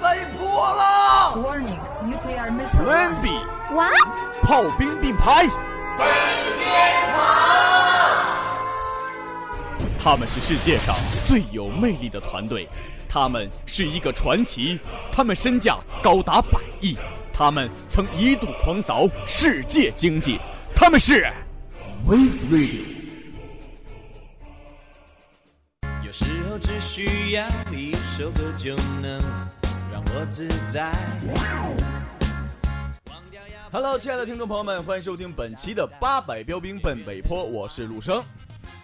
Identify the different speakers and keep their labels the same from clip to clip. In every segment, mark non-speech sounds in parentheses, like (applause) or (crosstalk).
Speaker 1: 被迫了！
Speaker 2: Warning, nuclear missile.
Speaker 3: 伦比
Speaker 4: What?
Speaker 3: 炮兵并排。他们是世界上最有魅力的团队，他们是一个传奇，他们身价高达百亿，他们曾一度狂凿世界经济，他们是 Wave Radio。
Speaker 5: 有时候只需要一首歌就能让我自在。
Speaker 3: Hello，亲爱的听众朋友们，欢迎收听本期的八百标兵奔北坡，我是陆生，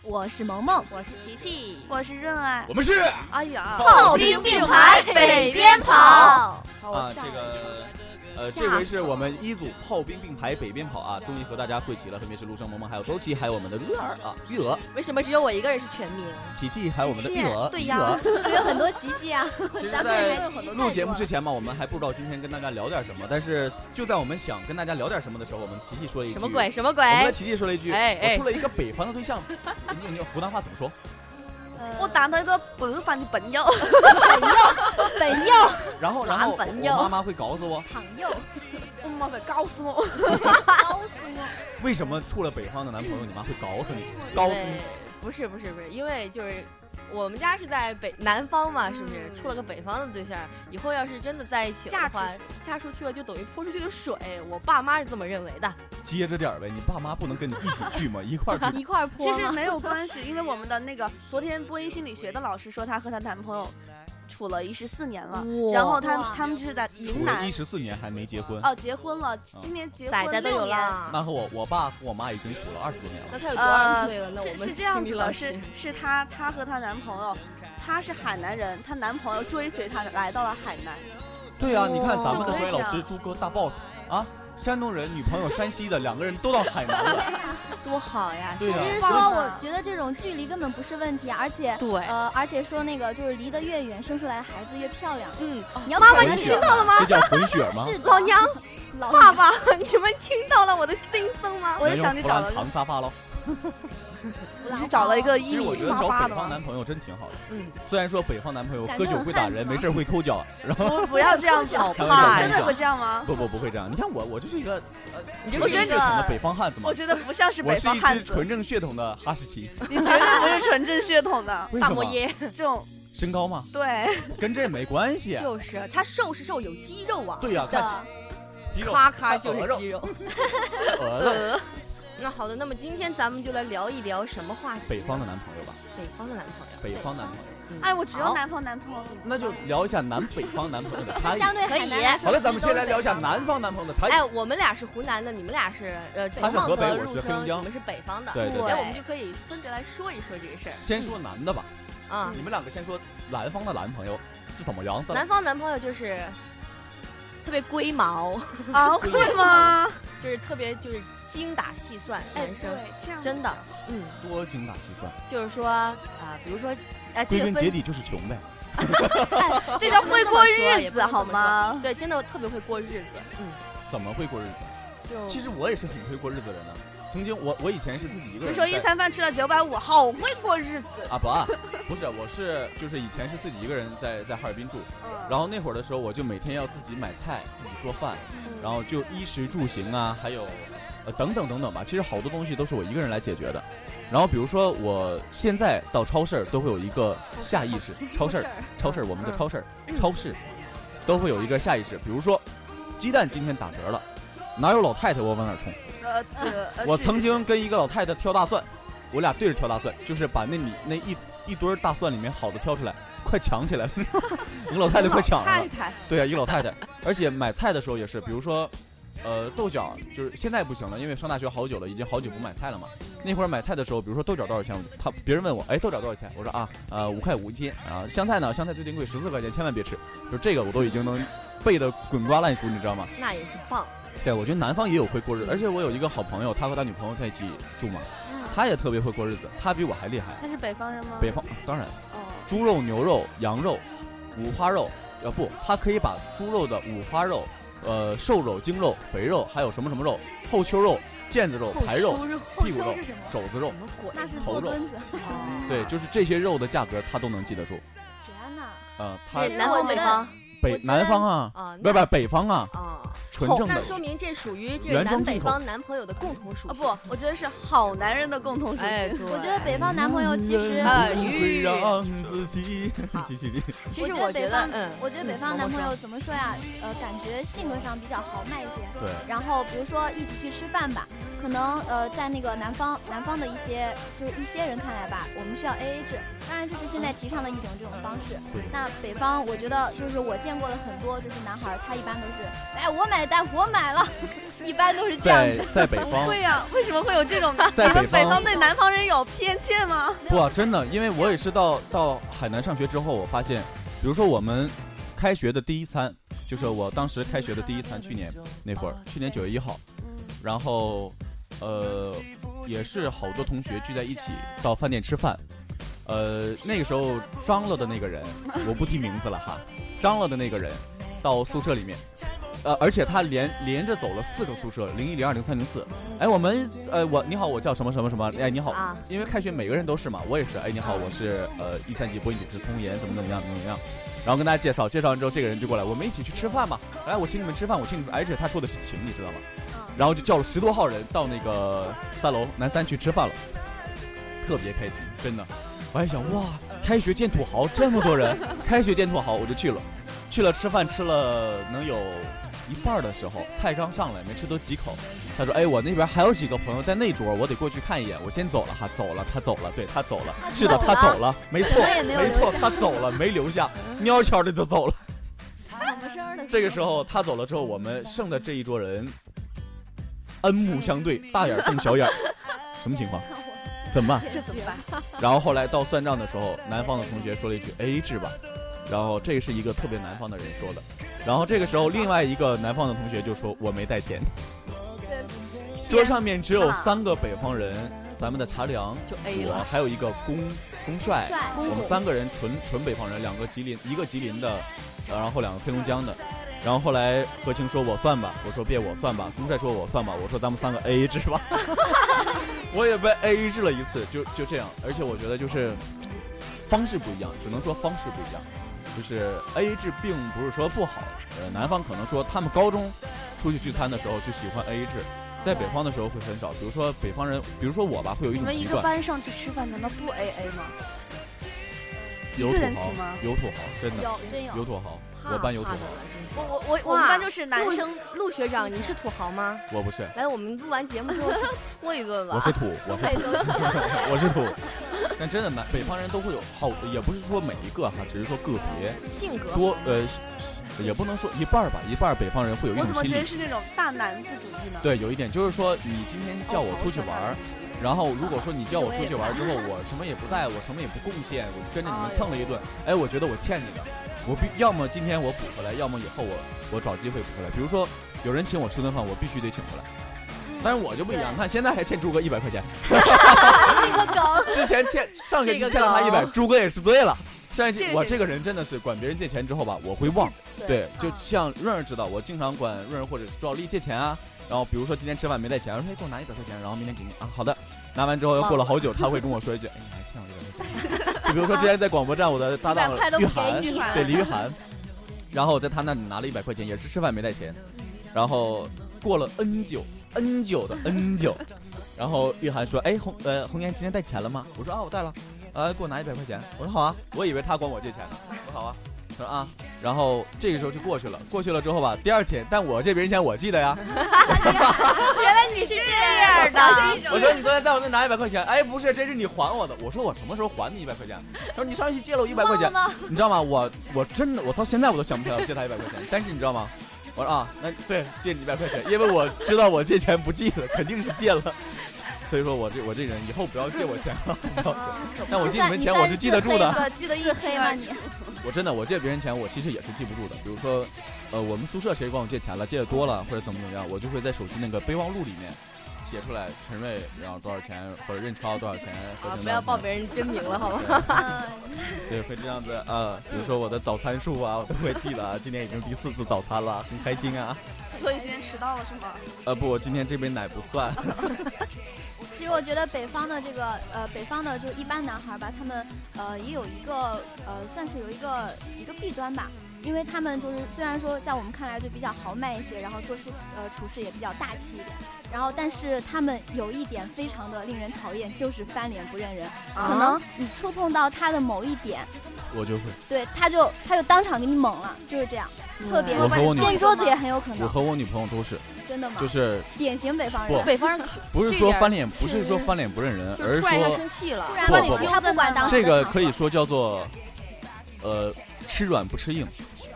Speaker 4: 我是萌萌，我
Speaker 6: 是琪琪，
Speaker 7: 我是润儿。
Speaker 3: 我们是
Speaker 7: 哎呀，
Speaker 4: 炮兵并排北边跑。
Speaker 7: 好，
Speaker 5: 啊
Speaker 7: 我，
Speaker 5: 这
Speaker 7: 下一
Speaker 5: 个，呃，
Speaker 4: 吓
Speaker 5: 这回是我们一组炮兵并排北边跑啊，终于和大家汇齐了，分别是陆生、萌萌，还有周琦，还有我们的月儿啊，玉娥、
Speaker 6: 为什么只有我一个人是全名？
Speaker 5: 琪琪，还有我们的玉娥，
Speaker 7: 对
Speaker 5: 玉
Speaker 7: 呀
Speaker 5: 娥。
Speaker 4: 有很多琪琪啊，
Speaker 5: 其实，
Speaker 4: 咱们
Speaker 5: 在
Speaker 4: 还期待
Speaker 5: 录节目
Speaker 4: 过
Speaker 5: 之前嘛，我们还不知道今天跟大家聊点什么，但是就在我们想跟大家聊点什么的时候，我们琪琪说了一句
Speaker 6: 什么鬼？什么鬼？
Speaker 5: 我们的琪琪说了一句：“
Speaker 6: 哎
Speaker 5: 我
Speaker 6: 哎
Speaker 5: 处了一个北方的对象。”你你湖南话怎么说？
Speaker 7: 我打那个本番的朋友，
Speaker 4: 本右
Speaker 5: 然后然后
Speaker 4: 懒
Speaker 5: 我
Speaker 4: 本哟
Speaker 5: 妈妈会搞死我。
Speaker 4: 躺右，
Speaker 7: 我妈会告诉我，
Speaker 4: 高死我！
Speaker 5: 为什么处了北方的男朋友，你妈会搞死你？搞死
Speaker 6: 对
Speaker 5: 你？，
Speaker 6: 不是不是不是，因为就是我们家是在北南方嘛，是不是？处了个北方的对象，以后要是真的在一起了
Speaker 7: 嫁
Speaker 6: 的
Speaker 7: 出
Speaker 6: 话，嫁出去了就等于泼出去的水。我爸妈是这么认为的。
Speaker 5: 接着点儿呗，你爸妈不能跟你一起去吗？一块儿去。
Speaker 4: (laughs) 一块儿
Speaker 7: 其
Speaker 4: 泼
Speaker 7: 实
Speaker 4: 吗？
Speaker 7: 没有关系，因为我们的那个昨天播音心理学的老师说，她和她男朋友处了一十四年了，
Speaker 6: 哇
Speaker 7: 然后他
Speaker 4: 哇
Speaker 7: 他们是在云
Speaker 5: 处了
Speaker 7: 南
Speaker 5: 一嗯十四年还没结婚，
Speaker 7: 哦结婚了，今年结
Speaker 6: 仔仔
Speaker 7: 婚
Speaker 6: 都
Speaker 7: 六
Speaker 6: 有
Speaker 7: 年。
Speaker 6: 了，
Speaker 5: 那和我我爸和我妈已经处了二十多年了。
Speaker 6: 那他有多
Speaker 7: 呃
Speaker 6: 少岁了？那我
Speaker 7: 是
Speaker 6: 们
Speaker 7: 是这样子
Speaker 6: 老
Speaker 7: 的，
Speaker 6: 师
Speaker 7: 是是她她和她男朋友，她是海南人，她男朋友追随她来到了海南，
Speaker 5: 对啊，你看咱们的
Speaker 7: 就可以
Speaker 5: 专业老
Speaker 7: 这
Speaker 5: 师
Speaker 7: 样
Speaker 5: 朱哥大 boss 啊，山东人，女朋友山西的，两个人都到海南了。
Speaker 6: 多好呀！
Speaker 5: 对
Speaker 4: 其
Speaker 5: 啊
Speaker 4: 实说，我觉得这种距离根本不是问题，而且。
Speaker 6: 对，
Speaker 4: 呃，而且说那个就是离得越远，生出来的孩子越漂亮。
Speaker 6: 嗯，
Speaker 4: 你要
Speaker 6: 妈妈
Speaker 4: 考虑
Speaker 6: 你
Speaker 4: 这
Speaker 6: 听
Speaker 4: 个
Speaker 6: 到了吗？
Speaker 5: 这叫混血吗？
Speaker 4: (laughs) 是的
Speaker 6: 老娘，
Speaker 4: 老
Speaker 6: 爸爸，你们听到了我的心声吗？
Speaker 7: 我就想你
Speaker 5: 弗
Speaker 7: 找
Speaker 5: 兰
Speaker 7: 了
Speaker 5: 长沙发了。
Speaker 4: 老
Speaker 7: 你是找了一个
Speaker 5: 其
Speaker 7: 一
Speaker 5: 实
Speaker 7: 米
Speaker 5: 我觉得
Speaker 7: 八
Speaker 5: 找
Speaker 7: 八
Speaker 5: 北
Speaker 7: 的
Speaker 5: 方
Speaker 7: 吗？
Speaker 5: 男朋友真挺好的。
Speaker 6: 嗯，
Speaker 5: 虽然说北方男朋友
Speaker 4: 感
Speaker 5: 喝
Speaker 4: 觉
Speaker 5: 酒
Speaker 4: 很
Speaker 5: 会
Speaker 4: 汉
Speaker 5: 打
Speaker 4: 服
Speaker 5: 人，
Speaker 4: 吗
Speaker 5: 没事儿会抠脚，然
Speaker 7: (laughs)
Speaker 5: 后
Speaker 7: 不不要这样子，
Speaker 6: 好
Speaker 5: 开玩笑
Speaker 6: 怕
Speaker 5: 开
Speaker 7: 真
Speaker 5: 玩
Speaker 6: 呀！
Speaker 7: 的
Speaker 5: 笑
Speaker 7: 会这
Speaker 5: (laughs)
Speaker 7: 样吗？
Speaker 5: 不不不会这样。你看我，我就是一个
Speaker 6: 你
Speaker 5: 纯
Speaker 6: 就
Speaker 5: 正
Speaker 6: 是一
Speaker 5: 血统的北
Speaker 6: 个
Speaker 5: 方汉子嘛
Speaker 7: 我。觉得不像是
Speaker 5: 我
Speaker 7: 北
Speaker 5: 是
Speaker 7: 方
Speaker 5: 一
Speaker 7: 汉
Speaker 5: 只
Speaker 7: 子，
Speaker 5: 纯正血统的哈士奇，
Speaker 7: 你绝对不是纯正血统的
Speaker 5: 为
Speaker 6: 大
Speaker 5: 什
Speaker 6: 摩
Speaker 5: 么？
Speaker 6: 耶。
Speaker 7: 这种，
Speaker 5: 身高吗？ (laughs)
Speaker 7: 对。
Speaker 5: 跟这没关系。啊
Speaker 6: 就是他瘦是瘦，有肌肉啊，
Speaker 5: 对呀、看
Speaker 4: 的，
Speaker 5: 肌肉
Speaker 6: 咔咔就是肌肉。
Speaker 5: 鹅了。
Speaker 6: 那好的，那么今天咱们就来聊一聊什么话题？
Speaker 5: 北方的，男朋友吧，
Speaker 6: 北方的男朋友。
Speaker 5: 北方男朋友，
Speaker 6: 嗯
Speaker 7: 哎，我只有
Speaker 6: 好
Speaker 7: 男朋友男朋友，
Speaker 5: 那就聊一下南北方男朋友的差异。
Speaker 4: 相对
Speaker 6: 可
Speaker 4: 海
Speaker 6: 以
Speaker 4: 南来说
Speaker 5: 好了，咱们先来聊一下
Speaker 4: 其实都是
Speaker 5: 南方男朋友的差异。
Speaker 6: 哎，我们俩是湖南的，你们俩是呃，
Speaker 5: 他是
Speaker 6: 孟
Speaker 5: 河北
Speaker 6: 和
Speaker 5: 我
Speaker 6: 陆
Speaker 5: 是黑龙
Speaker 6: 生，
Speaker 5: 江
Speaker 6: 你们是北方的。
Speaker 5: 对对
Speaker 6: 哎，
Speaker 5: 对，
Speaker 6: 我们就可以分别来说一说这个事儿
Speaker 5: 先说男的吧，
Speaker 6: 啊。
Speaker 5: 你们两个先说南方的男朋友是怎么样子的？
Speaker 6: 南方男朋友就是特别龟毛，
Speaker 7: 啊，会吗？
Speaker 6: 就是特别就是精打细算，
Speaker 7: 哎，
Speaker 6: 男生
Speaker 7: 对，这样
Speaker 6: 真的，嗯，
Speaker 5: 多精打细算，
Speaker 6: 就是说啊，比如说哎，
Speaker 5: 归
Speaker 6: 这个
Speaker 5: 根
Speaker 6: 分
Speaker 5: 结底就是穷呗。
Speaker 7: 这叫会过日
Speaker 6: 也不能这
Speaker 7: 子
Speaker 6: 么说
Speaker 7: 好吗？
Speaker 6: 对，真的特别会过日子，嗯，
Speaker 5: 怎么会过日子？
Speaker 6: 就
Speaker 5: 其实我也是很会过日子的人呢。曾经我我以前是自己一个
Speaker 7: 你
Speaker 5: 人
Speaker 7: 说
Speaker 5: 在。
Speaker 7: 一餐饭吃了九百五，好会过日子。
Speaker 5: 啊不啊，不是，我是就是以前是自己一个人在在哈尔滨住，然后那会儿的时候，我就每天要自己买菜，自己做饭，然后就衣食住行啊，还有呃等等等等吧。其实好多东西都是我一个人来解决的。然后比如说我现在到超市儿都会有一个下意识， (laughs) 超市儿嗯超市儿我们叫超市儿超市都会有一个下意识，比如说鸡蛋今天打折了，哪有老太太我往哪儿冲？
Speaker 7: 呃，呃
Speaker 5: 我
Speaker 7: 是
Speaker 5: 曾经跟一个老太太挑大蒜，我俩对着挑大蒜，就是把那米那一一堆儿大蒜里面好的挑出来，快抢起来！ (laughs) 一个老太太快抢上
Speaker 7: 太
Speaker 5: 了，
Speaker 7: 太，
Speaker 5: 对啊，一个老太太。而且买菜的时候也是，比如说，呃，豆角，就是现在不行了，因为上大学好久了，已经好久不买菜了嘛。那会儿买菜的时候，比如说豆角多少钱，他别人问我，哎，豆角多少钱？我说啊，呃，五块五一斤。啊，香菜呢？香菜最近贵，十四块钱，千万别吃。就这个我都已经能背得滚瓜烂熟，你知道吗？
Speaker 6: 那也是棒。
Speaker 5: 对，啊我觉得南方也有会过日子，而且我有一个好朋友，他和他女朋友在一起住嘛，
Speaker 7: 嗯，
Speaker 5: 他也特别会过日子，他比我还厉害。
Speaker 7: 他是北方人吗？
Speaker 5: 北方当然，
Speaker 7: 哦，
Speaker 5: 猪肉、牛肉、羊肉、五花肉，呃不，他可以把猪肉的五花肉、呃瘦肉、精肉、肥肉，还有什么什么肉、后丘肉、腱子肉、排肉、
Speaker 4: 后
Speaker 5: 屁股肉
Speaker 4: 秋是什么？
Speaker 5: 肘子肉
Speaker 6: 什，么鬼？
Speaker 4: 那是
Speaker 5: 头
Speaker 4: 坐
Speaker 5: 肉
Speaker 4: 墩子。
Speaker 5: 哦对，就是这些肉的价格他都能记得住。
Speaker 4: 天哪！
Speaker 5: 呃，他
Speaker 6: 对，
Speaker 4: 其实
Speaker 6: 南
Speaker 4: 我
Speaker 6: 方
Speaker 4: 觉
Speaker 6: 北
Speaker 4: 得
Speaker 6: 方，
Speaker 5: 北
Speaker 6: 我觉得
Speaker 5: 南方啊，
Speaker 6: 啊，
Speaker 5: 不
Speaker 6: 那
Speaker 5: 是不是北方啊，
Speaker 6: 啊，
Speaker 5: 纯
Speaker 6: 后
Speaker 5: 正
Speaker 6: 那
Speaker 5: 的
Speaker 6: 说明这属于这
Speaker 5: 原
Speaker 6: 南
Speaker 5: 装
Speaker 6: 北
Speaker 5: 进口
Speaker 6: 方男朋友的共同属
Speaker 7: 啊
Speaker 6: 性。
Speaker 7: 不，我觉得是好男人的共同属
Speaker 6: 哎，
Speaker 7: 性。
Speaker 6: 对
Speaker 4: 我觉得北方男朋友其实，
Speaker 6: 啊
Speaker 5: 不会
Speaker 6: 鱼
Speaker 5: 让自己 (laughs)
Speaker 6: 好
Speaker 5: 继续继续，
Speaker 6: 其实
Speaker 4: 我
Speaker 6: 我觉
Speaker 4: 觉得北
Speaker 6: 得
Speaker 4: 方，
Speaker 6: 嗯，
Speaker 4: 我觉得北方男朋友怎么说呀？呃，感觉性格上比较豪迈一些。
Speaker 5: 对，
Speaker 4: 然后比如说一起去吃饭吧，可能呃在那个南方南方的一些就是一些人看来吧，我们需要 A A 制，当然这是现在提倡的一种这种方式
Speaker 5: 对。
Speaker 4: 那北方我觉得就是我见过的很多就是男孩儿，他一般都是哎我买单我买了， (laughs) 一般都是这样
Speaker 5: 在
Speaker 4: 子。
Speaker 5: 在北方，
Speaker 7: (laughs) 会呀、为什么会有这种？
Speaker 5: 在
Speaker 7: 你们
Speaker 5: 北
Speaker 7: 北
Speaker 5: 方
Speaker 7: 方对南方人有偏见吗？
Speaker 5: 不，真的，因为我也是到到海南上学之后，我发现，比如说我们开学的第一餐，就是我当时开学的第一餐，去年那会儿，去年九月一号，然后，呃，也是好多同学聚在一起到饭店吃饭，呃，那个时候张罗的那个人，我不提名字了哈，张罗的那个人到宿舍里面。呃，而且他连连着走了四个宿舍，零一、零二、零三、零四。哎，我们呃，我你好，我叫什么什么什么？哎，你好，
Speaker 6: 啊，
Speaker 5: 因为开学每个人都是嘛，我也是。哎，你好，我是呃一三级播音主持从严，怎么怎么样，怎么怎么样。然后跟大家介绍，介绍完之后，这个人就过来，我们一起去吃饭吧。来，我请你们吃饭，我请你们。而且他说的是请，你知道吗？然后就叫了十多号人到那个三楼南三去吃饭了，特别开心，真的。我还想哇，开学见土豪，这么多人，开学见土豪，我就去了。去了吃饭，吃了能有一半儿的时候，菜刚上来，没吃多几口，他说：“哎，我那边还有几个朋友在那桌，我得过去看一眼，我先走了哈，走了，他走了，对他走了，是的，他走了，没错，
Speaker 4: 我也没有
Speaker 5: 没
Speaker 4: 留
Speaker 5: 错，
Speaker 4: 下
Speaker 5: 他走了，没留下， (laughs) 悄悄的就走了。
Speaker 4: 抢不声儿的。
Speaker 5: 这个时候他走了之后，我们剩的这一桌人，恩目相对，大眼瞪小眼儿，什么情况？怎么办？
Speaker 7: 这怎么办？
Speaker 5: 然后后来到算账的时候，南方的同学说了一句 “A A 制吧”，然后这是一个特别南方的人说的。然后这个时候，另外一个南方的同学就说：“我没带钱。”桌上面只有三个北方人，咱们的茶凉，
Speaker 6: 就 A 了
Speaker 5: 我，还有一个公公帅，
Speaker 4: 帅
Speaker 5: 我们三个人纯纯北方人，两个吉林，一个吉林的，呃然后两个黑龙江的。然后后来何晴说：“我算吧。”我说：“别我算吧。”公帅说：“我算吧。”我说：“咱们三个 A A 制吧。” (laughs) 我也被 A A 制了一次，就就这样。而且我觉得就是方式不一样，只能说方式不一样。就是 A A 制并不是说不好，呃，南方可能说他们高中出去聚餐的时候就喜欢 A A 制，在北方的时候会很少。比如说北方人，比如说我吧，会有一
Speaker 7: 你
Speaker 5: 种
Speaker 7: 们
Speaker 5: 习
Speaker 7: 一个
Speaker 5: 惯，
Speaker 7: 班上去吃饭，难道不 A A 吗？
Speaker 5: 有
Speaker 7: 一
Speaker 5: 土
Speaker 7: 个人
Speaker 5: 豪
Speaker 7: 行吗，
Speaker 5: 有土豪，真的
Speaker 4: 有真有
Speaker 5: 有土豪，我班有土豪，
Speaker 7: 我我我我
Speaker 6: 哇
Speaker 7: 们班就是男
Speaker 6: 嗯陆
Speaker 7: 生，
Speaker 6: 陆学长，你是土豪吗？
Speaker 5: 我不是，
Speaker 6: 来，我们录完节目之后去搓一顿吧。
Speaker 5: 我是土，我是
Speaker 4: 东北都是
Speaker 5: (laughs) 我是土。但真的南北方人都会有好，也不是说每一个哈，只是说个别
Speaker 7: 嗯
Speaker 6: 性格
Speaker 5: 多呃，也不能说一半儿吧，一半儿北方人会有一
Speaker 7: 我怎
Speaker 5: 种
Speaker 7: 么
Speaker 5: 心
Speaker 7: 觉
Speaker 5: 理
Speaker 7: 得，是那种大男子主义呢？
Speaker 5: 对，有一点就是说你今天叫我出去
Speaker 7: 哦
Speaker 5: 玩儿。然后，如果说你叫我出去玩儿之后，我什么也不带，我什么也不贡献，我跟着你们蹭了一
Speaker 6: 啊
Speaker 5: 顿，哎，我觉得我欠你的，我必要么今天我补回来，要么以后我我找机会补回来。比如说，有人请我吃顿饭，我必须得请回来。
Speaker 6: 嗯
Speaker 5: 但是我就不一样，看现在还欠猪哥一百块钱，
Speaker 4: 这个
Speaker 5: (laughs)
Speaker 4: 梗。
Speaker 5: 之前欠上学期
Speaker 6: 这个
Speaker 5: 欠了他一百，
Speaker 6: 梗
Speaker 5: 猪哥也是醉了。上一
Speaker 6: 这
Speaker 5: 期
Speaker 6: 个
Speaker 5: 我
Speaker 6: 是
Speaker 5: 这个人真的是管别人借钱之后吧，我会忘。对，就
Speaker 4: 啊
Speaker 5: 像润儿知道，我经常管润儿或者赵丽借钱啊。然后比如说今天吃饭没带钱，我说哎给我拿一百块钱，然后明天给你啊，好的。拿完之后又
Speaker 4: 哦
Speaker 5: 过了好久，他会跟我说一句，哎，你还欠我一百块钱。就比 (laughs) 如说之前在广播站，我的搭档
Speaker 4: 一百块都
Speaker 5: 玉
Speaker 4: 不给
Speaker 5: 涵，
Speaker 4: 你
Speaker 7: 了
Speaker 5: (laughs) 对李玉涵，然后我在他那里拿了一百块钱，也是吃饭没带钱。然后过了 N 久，N 久的 N 久， (laughs) 然后玉涵说：“哎，红呃红颜今天带钱了吗？”我说：“啊，我带了。”呃，给我拿一百块钱。我说：“好啊。”我以为他管我借钱呢。 (laughs) 我说：“好啊。”他说：“啊。”然后这个时候就过去了。过去了之后吧，第二天，但我借别人钱我记得呀。
Speaker 6: (laughs) 原来你是这样的，
Speaker 5: 我说：“你昨天在我那拿一百块钱。”哎，不是，这是你还我的。我说：“我什么时候还你一百块钱？”他说：“你上一期借了我一百块钱。”你知道吗？我我真的，我到现在我都想不起来我借他一百块钱。但是你知道吗？我说啊，那对，借你一百块钱，因为我知道我借钱不借了，肯定是借了。所以说我这我这人以后不要借我钱了。
Speaker 4: 啊
Speaker 5: (laughs) 但我借你们钱我是记得住的，
Speaker 7: 对，记得一
Speaker 4: 自黑吗你？
Speaker 5: 我真的我借别人钱我其实也是记不住的。比如说，呃，我们宿舍谁管我借钱了，借的多了或者怎么怎么样，我就会在手机那个备忘录里面写出来陈瑞然后多少钱或者任超多少钱。何
Speaker 6: 啊
Speaker 5: 晴
Speaker 6: 不要
Speaker 5: 多
Speaker 6: 报
Speaker 5: 少钱
Speaker 6: 别人真名了，好吗？
Speaker 5: 对
Speaker 4: 嗯，
Speaker 5: 对，会这样子啊、呃比如说我的早餐数啊，我都会记了啊，今天已经第四次早餐了，很开心啊。
Speaker 7: 所以今天迟到了是吗？
Speaker 5: 呃，不，我今天这杯奶不算。
Speaker 4: 其实我觉得北方的这个呃，北方的就一般男孩吧，他们呃也有一个呃，算是有一个一个弊端吧，因为他们就是虽然说在我们看来就比较豪迈一些，然后做事情呃处事也比较大气一点，然后但是他们有一点非常的令人讨厌，就是翻脸不认人。
Speaker 6: 啊
Speaker 4: 可能你触碰到他的某一点，
Speaker 5: (laughs) 我就会。
Speaker 4: 对他就他就当场给你猛了，就是这样，特别
Speaker 5: 我和我女
Speaker 4: 掀桌子也很有可
Speaker 5: 我
Speaker 4: 能，
Speaker 5: 和我女朋友都是，
Speaker 4: 真的吗？
Speaker 5: 就是
Speaker 4: 典型北方
Speaker 5: 不
Speaker 4: 人，
Speaker 6: 北方人
Speaker 5: 不是
Speaker 6: 这
Speaker 5: 说
Speaker 6: 点儿
Speaker 5: 翻脸，不是说
Speaker 6: 是
Speaker 5: 翻脸不认人，
Speaker 6: 就
Speaker 5: 而
Speaker 6: 是
Speaker 5: 是
Speaker 6: 突然一下
Speaker 5: 说
Speaker 6: 生气了
Speaker 4: 突，然
Speaker 5: 不
Speaker 4: 把你
Speaker 5: 不不
Speaker 4: 丢在管当时
Speaker 5: 这
Speaker 4: 的
Speaker 5: 个
Speaker 4: 场
Speaker 5: 可以
Speaker 4: 合
Speaker 5: 说叫做，呃，吃软不吃硬。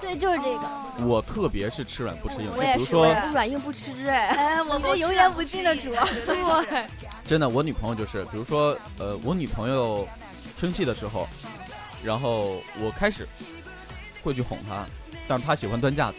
Speaker 4: 对，就是这个。
Speaker 7: 哦
Speaker 5: 我特别是吃软不吃硬，就
Speaker 4: 我也
Speaker 5: 比如
Speaker 4: 是我
Speaker 5: 说
Speaker 4: 也是
Speaker 6: 软硬不吃哎。
Speaker 7: 哎，我
Speaker 4: 你这油盐不进的主，
Speaker 6: 对，
Speaker 5: 真的，我女朋友就是，比如说，呃，我女朋友生气的时候，然后我开始会去哄她，但是她喜欢端架子，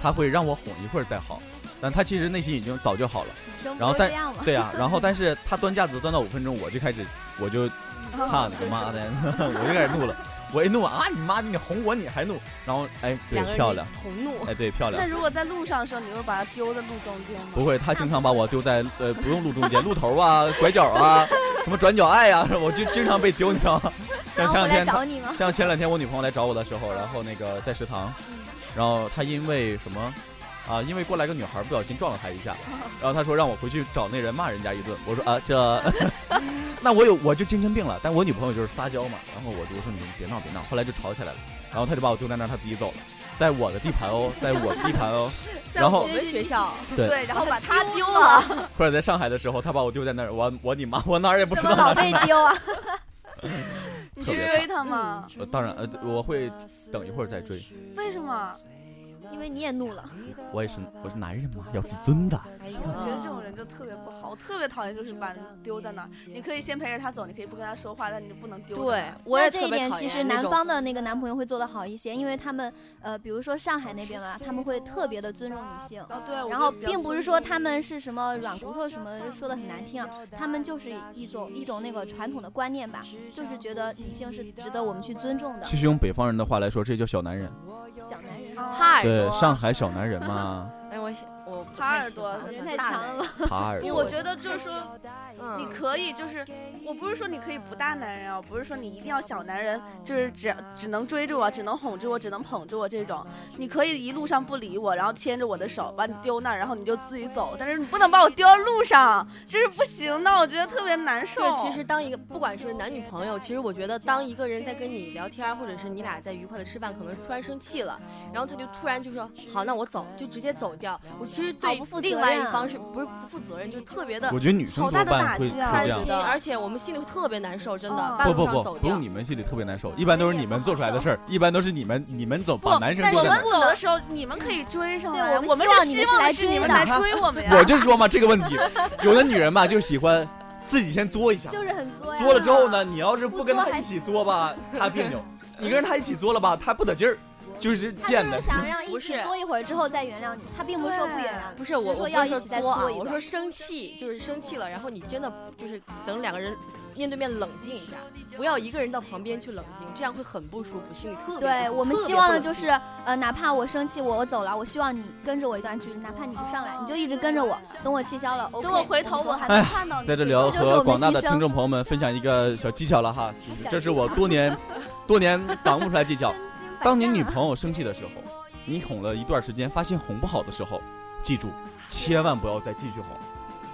Speaker 5: 她会让我哄一会儿再好，但她其实内心已经早就好了。
Speaker 4: 生
Speaker 5: 然 (laughs)
Speaker 4: (laughs)
Speaker 5: 后
Speaker 4: 不都
Speaker 5: 但
Speaker 4: 这样吗？
Speaker 5: 对啊，然后但是她端架子端到五分钟，我就开始我就操你妈的，我就开始怒了，我一怒啊，你妈你哄我你还怒，然后哎对
Speaker 6: 两个人
Speaker 5: 漂亮，
Speaker 6: 红怒。 (laughs)
Speaker 5: 哎对漂亮
Speaker 7: 那。如果在路上的时候，你会把它丢在路中间吗？
Speaker 5: 不会，他经常把我丢在呃不用路中间，路头啊、 (laughs) 拐角啊、什么转角爱啊， (laughs) 我就经常被丢，你知
Speaker 4: (laughs)
Speaker 5: 道吗？像
Speaker 4: 然
Speaker 5: 前
Speaker 4: 后回
Speaker 5: 两
Speaker 4: 来
Speaker 5: 天，
Speaker 4: 找你吗？
Speaker 5: 像前两天我女朋友来找我的时候，然后那个在食堂，
Speaker 4: 嗯
Speaker 5: 然后她因为什么啊？因为过来个女孩不小心撞了她一下，
Speaker 4: 哦
Speaker 5: 然后她说让我回去找那人骂人家一顿。我说啊
Speaker 4: (laughs)
Speaker 5: 这， (laughs) 那我有我就精神病了，但我女朋友就是撒娇嘛，然后我就我说你别闹别闹，后来就吵起来了，然后她就把我丢在那儿，她自己走了，在我的地盘哦，在我的地盘
Speaker 4: (laughs)
Speaker 5: 哦，然后
Speaker 6: 我们学校，
Speaker 5: 对
Speaker 7: 对，然后把它丢了，
Speaker 4: (laughs)
Speaker 5: (laughs) 或者在上海的时候，他把我丢在那儿，我我你妈，我哪儿也不知
Speaker 7: 怎
Speaker 5: 道哪
Speaker 7: 么老
Speaker 5: 儿
Speaker 6: (laughs)
Speaker 7: 被丢啊？你
Speaker 5: 特
Speaker 7: 去
Speaker 5: 别
Speaker 7: 追他吗？
Speaker 5: 呃当然，呃，我会等一会儿再追。
Speaker 4: 嗯
Speaker 7: 为什么？
Speaker 4: 因为你也怒了，
Speaker 5: 我也是，我是男人嘛，要自尊的。
Speaker 4: 嗯
Speaker 7: 我觉得这种人就特别不好，我特别讨厌，就是把人丢在那儿。
Speaker 4: 嗯
Speaker 7: 你可以先陪着他走，你可以不跟他说话，但你就不能丢。
Speaker 6: 对，我也
Speaker 4: 那这
Speaker 6: 特
Speaker 4: 一
Speaker 6: 别
Speaker 4: 点
Speaker 6: 讨
Speaker 4: 其实
Speaker 6: 厌那
Speaker 4: 南
Speaker 6: 种。
Speaker 4: 方的那个男朋友会做得好一些，因为他们呃，比如说上海那边吧，他们会特别的尊重女性。
Speaker 7: 啊对，我
Speaker 4: 然后
Speaker 7: 就比较
Speaker 4: 并不是说他们是什么软骨头什么说的很难听啊，他们就是一种一种那个传统的观念吧，就是觉得女性是值得我们去尊重的
Speaker 5: 其实用北方人的话来说，这叫小男人。
Speaker 4: 小男人。
Speaker 6: 耙
Speaker 7: 哎
Speaker 6: 耳
Speaker 5: 对，
Speaker 6: 朵，
Speaker 5: 上海小男人嘛，
Speaker 6: 哎，我我不
Speaker 7: 耙
Speaker 6: 太
Speaker 7: 耳
Speaker 6: 喜
Speaker 7: 朵
Speaker 6: 欢
Speaker 7: 我觉得
Speaker 4: 太
Speaker 6: 大
Speaker 4: 强
Speaker 6: 男
Speaker 4: 了吧！
Speaker 5: 耙耳
Speaker 7: 我觉得就是说，
Speaker 6: 嗯
Speaker 7: 你可以就是，我不是说你可以不大男人啊，我不是说你一定要小男人，就是只只能追着我，只能哄着我，只能捧着我这种。你可以一路上不理我，然后牵着我的手把你丢那儿，然后你就自己走，但是你不能把我丢到路上，这是不行的，我觉得特别难受。
Speaker 6: 就其实当一个不管是男女朋友，其实我觉得当一个人在跟你聊天儿，或者是你俩在愉快的吃饭，可能突然生气了，然后他就突然就说好，那我走，就直接走掉。我其实
Speaker 4: 好
Speaker 6: 对
Speaker 4: 不负责
Speaker 6: 另外一
Speaker 4: 任啊
Speaker 6: 方是不是不负责任，就特别的
Speaker 5: 我觉得女生
Speaker 7: 好
Speaker 5: 多
Speaker 7: 大的
Speaker 5: 半会会
Speaker 7: 打击啊
Speaker 5: 这
Speaker 6: 开
Speaker 5: 样
Speaker 7: 是。
Speaker 6: 心，
Speaker 7: 的
Speaker 6: 而且我们心里会特别难受，真的
Speaker 7: 哦。
Speaker 6: 半
Speaker 5: 不
Speaker 6: 路
Speaker 5: 不
Speaker 6: 上
Speaker 5: 不，
Speaker 6: 走
Speaker 5: 不
Speaker 6: 掉
Speaker 5: 用你们心里特别难受，一般都是你们做出来的事儿，一般都是你们你们走
Speaker 7: 哎不
Speaker 5: 把男生
Speaker 7: 但
Speaker 5: 丢
Speaker 7: 我
Speaker 5: 在
Speaker 7: 们
Speaker 5: 那。
Speaker 7: 走的时候，你们可以追上
Speaker 4: 对
Speaker 7: 来。
Speaker 4: 我们
Speaker 7: 我们
Speaker 4: 希望
Speaker 7: 是
Speaker 4: 你
Speaker 7: 希
Speaker 4: 们
Speaker 7: 望
Speaker 4: 是来
Speaker 7: 是你
Speaker 4: 追
Speaker 7: 们
Speaker 4: 的
Speaker 7: 来追我们呀。
Speaker 5: (laughs) 我就说嘛，这个问题，有的女人吧，就喜欢自己先作一下，
Speaker 4: (laughs) 就是很作呀。
Speaker 5: 作了之后呢，你要是不
Speaker 4: 不
Speaker 5: 跟
Speaker 4: 作
Speaker 5: 她
Speaker 4: 还
Speaker 5: 一起作
Speaker 4: (laughs)
Speaker 5: 吧，她别扭；你跟她一起作了吧，她不得劲儿，就是
Speaker 4: 他
Speaker 5: 贱
Speaker 4: 就
Speaker 5: 的
Speaker 4: 是。想让一
Speaker 6: 不
Speaker 4: 起
Speaker 6: 是
Speaker 4: 作一会儿之后再原谅你，他并不是说不原谅你，
Speaker 6: 不是我，
Speaker 4: 只
Speaker 6: 我
Speaker 4: 说
Speaker 6: 不
Speaker 4: 要
Speaker 6: 是
Speaker 4: 一
Speaker 6: 说
Speaker 4: 起再
Speaker 6: 作啊
Speaker 4: 作，一
Speaker 6: 我
Speaker 4: 顿
Speaker 6: 说。生气，就是生气了，然后你真的就是等两个人面对面冷静一下，不要一个人到旁边去冷静，这样会很不舒服，心里特别不舒服。
Speaker 4: 对我们
Speaker 6: 特别
Speaker 4: 希
Speaker 6: 不
Speaker 4: 望的
Speaker 6: 冷
Speaker 4: 就
Speaker 6: 静
Speaker 4: 是，呃，哪怕我生气，我我走了，我希望你跟着我一段距离，哪怕你不上来，你就一直跟着我，等我气消了，OK，
Speaker 7: 等我回头，我还
Speaker 4: 还
Speaker 5: 哎
Speaker 7: 能看到你。
Speaker 5: 在这里要
Speaker 4: 这就是我
Speaker 5: 和
Speaker 4: 们
Speaker 5: 广大的
Speaker 4: 牺牲
Speaker 5: 听众朋友们分享一个小技巧了
Speaker 4: (laughs)
Speaker 5: 哈，
Speaker 4: 小
Speaker 5: 这是
Speaker 4: 技
Speaker 5: 我
Speaker 4: 巧
Speaker 5: 多
Speaker 4: (laughs)
Speaker 5: 年多年挡不出来技巧。当你女朋友生气的时候，你哄了一段时间，发现哄不好的时候，记住千万不要再继续哄，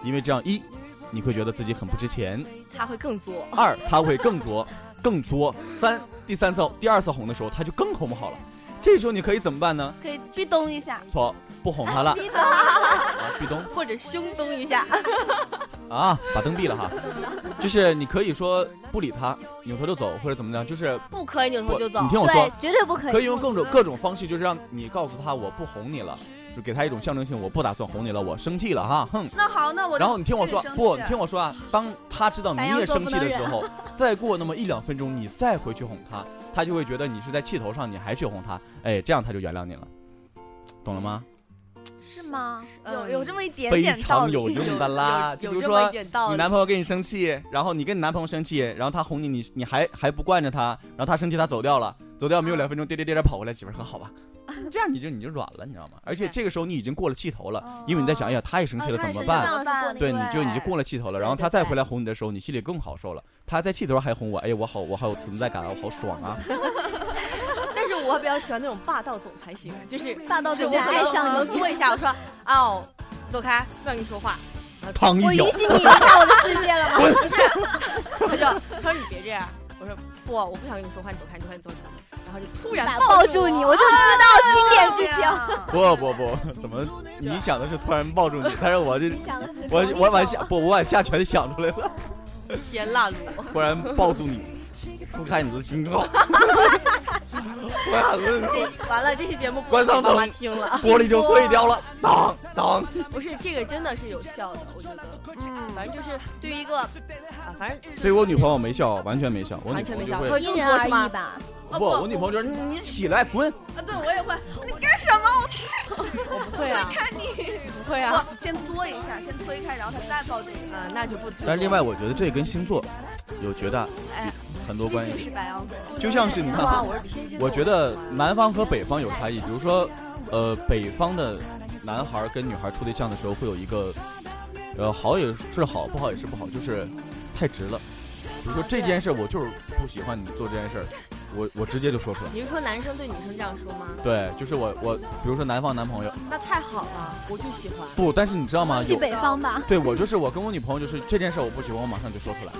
Speaker 5: 因为这样一你会觉得自己很不值钱，
Speaker 6: 他会更作。
Speaker 5: 二他会更作更作，三第三次第二次哄的时候他就更哄不好了。这时候你可以怎么办呢？
Speaker 7: 可以壁咚一下，
Speaker 5: 错，不哄他了，啊壁咚。
Speaker 6: 或者胸咚一下，
Speaker 5: (laughs) 啊，把灯闭了哈，就是你可以说不理他，扭头就走或者怎么样，就是
Speaker 6: 不可以扭头
Speaker 5: 我
Speaker 6: 就走。
Speaker 5: 你听我说
Speaker 4: 对，，绝对不可以，
Speaker 5: 可以用各种各种方式，就是让你告诉他我不哄你了，就给他一种象征性，我不打算哄你了，我生气了哈，哼。
Speaker 7: 那好，那我
Speaker 5: 然后你听我说，
Speaker 7: 跟你生气
Speaker 5: 不，你听我说啊，当他知道你
Speaker 4: 白羊
Speaker 5: 也
Speaker 4: 座
Speaker 5: 生
Speaker 4: 不
Speaker 5: 气
Speaker 4: 能
Speaker 5: 的
Speaker 4: 忍
Speaker 5: 时候，再过那么一两分钟，你再回去哄他，他就会觉得你是在气头上，你还去哄他，哎，这样他就原谅你了，懂了吗？
Speaker 4: 是吗？
Speaker 7: 有有这么一点
Speaker 5: 非
Speaker 7: 点道
Speaker 5: 常
Speaker 7: 理。
Speaker 5: 有用的啦，就
Speaker 6: 嗯有
Speaker 5: 比如
Speaker 6: 有这
Speaker 5: 说
Speaker 6: 么一点道
Speaker 5: 你
Speaker 6: 理。
Speaker 5: 男朋友跟你生气，然后你跟你男朋友生气，然后他哄你，你你还还不惯着他，然后他生气，他走掉了，走掉没有两分钟，颠颠颠颠跑回来，媳妇儿和 (laughs) 好吧，这样你就你就软了，你知道吗？而且这个时候你已经过了气头了，因为你在想，哎呀，他也生气了怎么
Speaker 4: 哦这
Speaker 5: 办？
Speaker 4: 样
Speaker 7: 办？
Speaker 5: 对，你就你就过了气头了，然后他再回来哄你的时候，你心里更 (laughs) 好受了。他在气头上还哄我，哎呀，我好，我好有存在感啊，我好爽啊！
Speaker 6: 但是我比较喜欢那种霸道总裁型，
Speaker 4: (laughs)
Speaker 6: 就是
Speaker 4: 霸道
Speaker 6: 就是
Speaker 4: 总
Speaker 6: 我
Speaker 4: 裁
Speaker 6: 可
Speaker 4: 爱
Speaker 6: 能
Speaker 4: 上
Speaker 6: 我能
Speaker 4: 你，
Speaker 6: 坐一下，我说哦，走开，不想跟你说话，
Speaker 3: 躺
Speaker 4: 我
Speaker 3: 一脚
Speaker 4: 允，许你离开我的世界了吗？
Speaker 6: 他就他说你别这样，我说不，我不想跟你说话，你走开，你走开，你走开，然后就突然
Speaker 4: 抱住
Speaker 6: 住
Speaker 4: 你，
Speaker 6: 我
Speaker 4: 我就知道经
Speaker 7: 啊
Speaker 4: 典剧情。
Speaker 5: 不不不，怎 (laughs) 么你想的是突然抱住 (laughs) 你，但是我这
Speaker 4: 你想的是
Speaker 5: 我
Speaker 4: 同一
Speaker 5: 我往
Speaker 4: 种
Speaker 5: 下不我往下全想出来了，
Speaker 6: 天辣路，
Speaker 5: 突然抱住你，不看你的警
Speaker 6: (laughs)
Speaker 5: 告，我俩这
Speaker 6: 完了这期节目不
Speaker 5: 关上
Speaker 6: 妈妈
Speaker 5: 灯
Speaker 6: 听了，
Speaker 5: 玻璃就碎掉了，当当，
Speaker 6: (laughs) 不是这个真的是有效的，我觉得，
Speaker 7: 嗯，
Speaker 6: 反正就是对于一个啊，反正就是
Speaker 5: 对我女朋友没效，完全没效，我女
Speaker 6: 完全
Speaker 5: 朋
Speaker 6: 没
Speaker 5: 友
Speaker 6: 效，
Speaker 5: 就会
Speaker 6: 会
Speaker 4: 因
Speaker 6: 更
Speaker 4: 人
Speaker 6: 多
Speaker 4: 而
Speaker 6: 是
Speaker 4: 异
Speaker 6: 吗？
Speaker 4: 吧。
Speaker 5: 不，我女朋友就是你你起来滚，
Speaker 7: 啊，对我也会。你干什么？我
Speaker 6: 我不会啊，
Speaker 7: 看你。
Speaker 6: 不会啊，
Speaker 7: 先搓一下，先推开，然后他再抱这个。
Speaker 6: 啊那就不。
Speaker 5: 但是另外我觉得这跟星座有绝大
Speaker 6: 哎
Speaker 5: 很多关
Speaker 7: 毕
Speaker 5: 系
Speaker 7: 竟，是白羊座，
Speaker 5: 就像是你看
Speaker 6: 哇，
Speaker 5: 哈，
Speaker 6: 啊我是天蝎座，
Speaker 5: 我觉得南方和北方有差异，比如说，呃，北方的男孩儿跟女孩儿处对象的时候会有一个，呃，好也是好，不好也是不好，就是太直了。比如说这件事，我就是不喜欢你做这件事儿，我我直接就说出来。
Speaker 6: 你是说男生对女生这样说吗？
Speaker 5: 对，就是我我，比如说南方男朋友
Speaker 6: 那太好了，我就喜欢。
Speaker 5: 不，但是你知道吗？
Speaker 4: 去
Speaker 5: 有
Speaker 4: 北方吧，
Speaker 5: 对我就是我跟我女朋友就是这件事儿我不喜欢，我马上就说出来，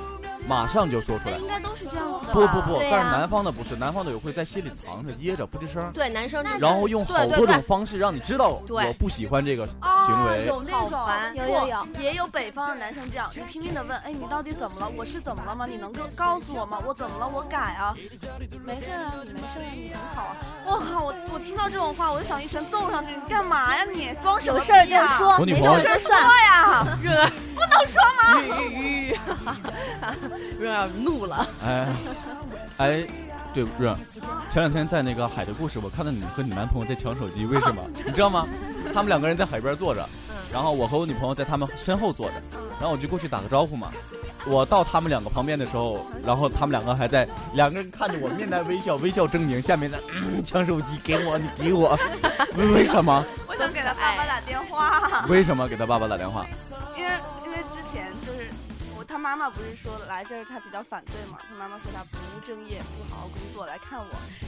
Speaker 5: 马上就说出来。
Speaker 7: 应该都是这样子的
Speaker 5: 不
Speaker 7: 吧。
Speaker 5: 不不，
Speaker 4: 对啊
Speaker 5: 但是南方的不是，南方的有会在心里藏着掖着不吱声儿。
Speaker 6: 对，男生
Speaker 4: 那
Speaker 5: 然后用
Speaker 6: 对
Speaker 5: 好
Speaker 6: 对
Speaker 5: 多
Speaker 6: 对
Speaker 5: 种方式让你知道
Speaker 6: 对
Speaker 5: 我不喜欢这个
Speaker 7: 啊
Speaker 5: 行为。
Speaker 7: 有那
Speaker 6: 好
Speaker 7: 种
Speaker 6: 烦
Speaker 4: 有有有，
Speaker 7: 不也有北方的男生这样，你拼命的问，哎，你到底怎么了？我是怎么了吗？你能够告诉我吗？我怎么了？我改啊，没事儿啊，你没事儿啊，你很好啊。我靠，我我听到这种话，我就想一拳揍上去，你干嘛呀你？装什
Speaker 4: 有
Speaker 7: 么
Speaker 4: 事儿
Speaker 7: 逼
Speaker 4: 就
Speaker 7: 啊
Speaker 4: 说，
Speaker 5: 我女
Speaker 4: 没事
Speaker 5: 朋友
Speaker 4: 儿
Speaker 7: 有事儿
Speaker 4: 就
Speaker 7: 说
Speaker 4: 算。嗯
Speaker 7: 呀。
Speaker 6: 热爱
Speaker 7: 不能说
Speaker 4: (laughs)
Speaker 7: 吗？
Speaker 6: 吁吁吁，热爱怒了。 (laughs)
Speaker 5: 哎哎，对，润儿，前两天在那个海的故事，我看到你和你男朋友在抢手机，为
Speaker 6: (laughs)
Speaker 5: 什么？你知道吗？他们两个人在海边坐着，
Speaker 6: 嗯
Speaker 5: 然后我和我女朋友在他们身后坐着，然后我就过去打个招呼嘛。我到他们两个旁边的时候，然后他们两个还在，两个人看着我，面带微笑，微笑狰狞，下面在、嗯抢手机，给我，你给我， (laughs) 为为什么？
Speaker 7: 我想给他爸爸打电话，
Speaker 5: 为什么给他爸爸打电话？
Speaker 7: 因为因为之前就是我他妈妈不是说来这儿他比较反对嘛，他妈妈说他不务正业，不好好工作来看我，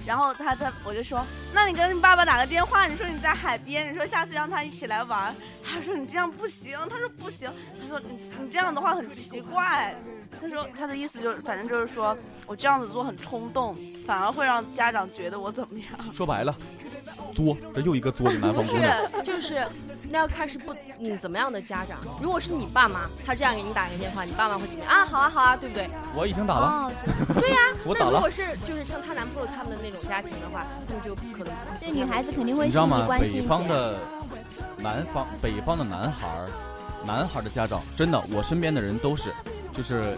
Speaker 7: 然后他他我就说，那你跟你爸爸打个电话，你说你在海边，你说下次让他一起来玩，他说你这样不行，他说不行，他说你你这样的话很奇怪，他说他的意思就是反正就是说我这样子做很冲动，反而会让家长觉得我怎么样。
Speaker 5: 说白了，作，这又一个作的南
Speaker 6: 不
Speaker 5: 方姑
Speaker 6: 是
Speaker 5: 娘。，
Speaker 6: 就是那要看是不嗯怎么样的家长。如果是你爸妈，他这样给你打个电话，你爸妈会怎么样啊？好啊好啊，对不对？
Speaker 5: 我已经打了，
Speaker 4: 哦，
Speaker 5: 我
Speaker 6: 那
Speaker 5: 打
Speaker 6: 如
Speaker 5: 了
Speaker 6: 果。是就是像她男朋友他们的那种家庭的话，他们就可能
Speaker 4: 对，女孩子肯定会
Speaker 5: 你知
Speaker 4: 心
Speaker 5: 道
Speaker 4: 理
Speaker 5: 吗？
Speaker 4: 关心
Speaker 5: 北
Speaker 4: 一
Speaker 5: 方
Speaker 4: 些。
Speaker 5: 的南方，北方的男孩儿，男孩儿的家长，真的，我身边的人都是，就是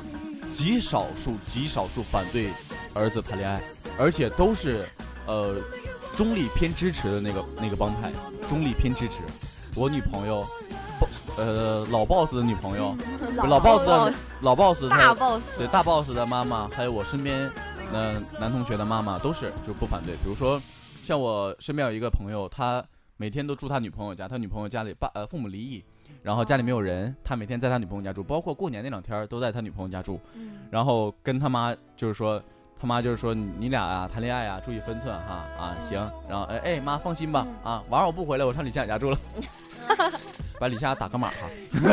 Speaker 5: 极少数极少数反对儿子谈恋爱，而且都是呃中立偏支持的那个那个帮派，中立偏支持。我女朋友，呃老 boss 的女朋友，老 boss 的老 boss 的
Speaker 6: 大 (laughs) boss
Speaker 5: 对大 boss 的妈妈，还有我身边呃男同学的妈妈都是就不反对。比如说，像我身边有一个朋友，他每天都住他女朋友家，他女朋友家里爸呃父母离异，然后家里没有人，他每天在他女朋友家住，包括过年那两天儿都在他女朋友家住，然后跟他妈就是说。他妈就是说你你俩啊谈恋爱啊注意分寸哈啊行，然后哎哎妈放心吧啊晚上我不回来我上李夏家住了，把李夏打个码哈、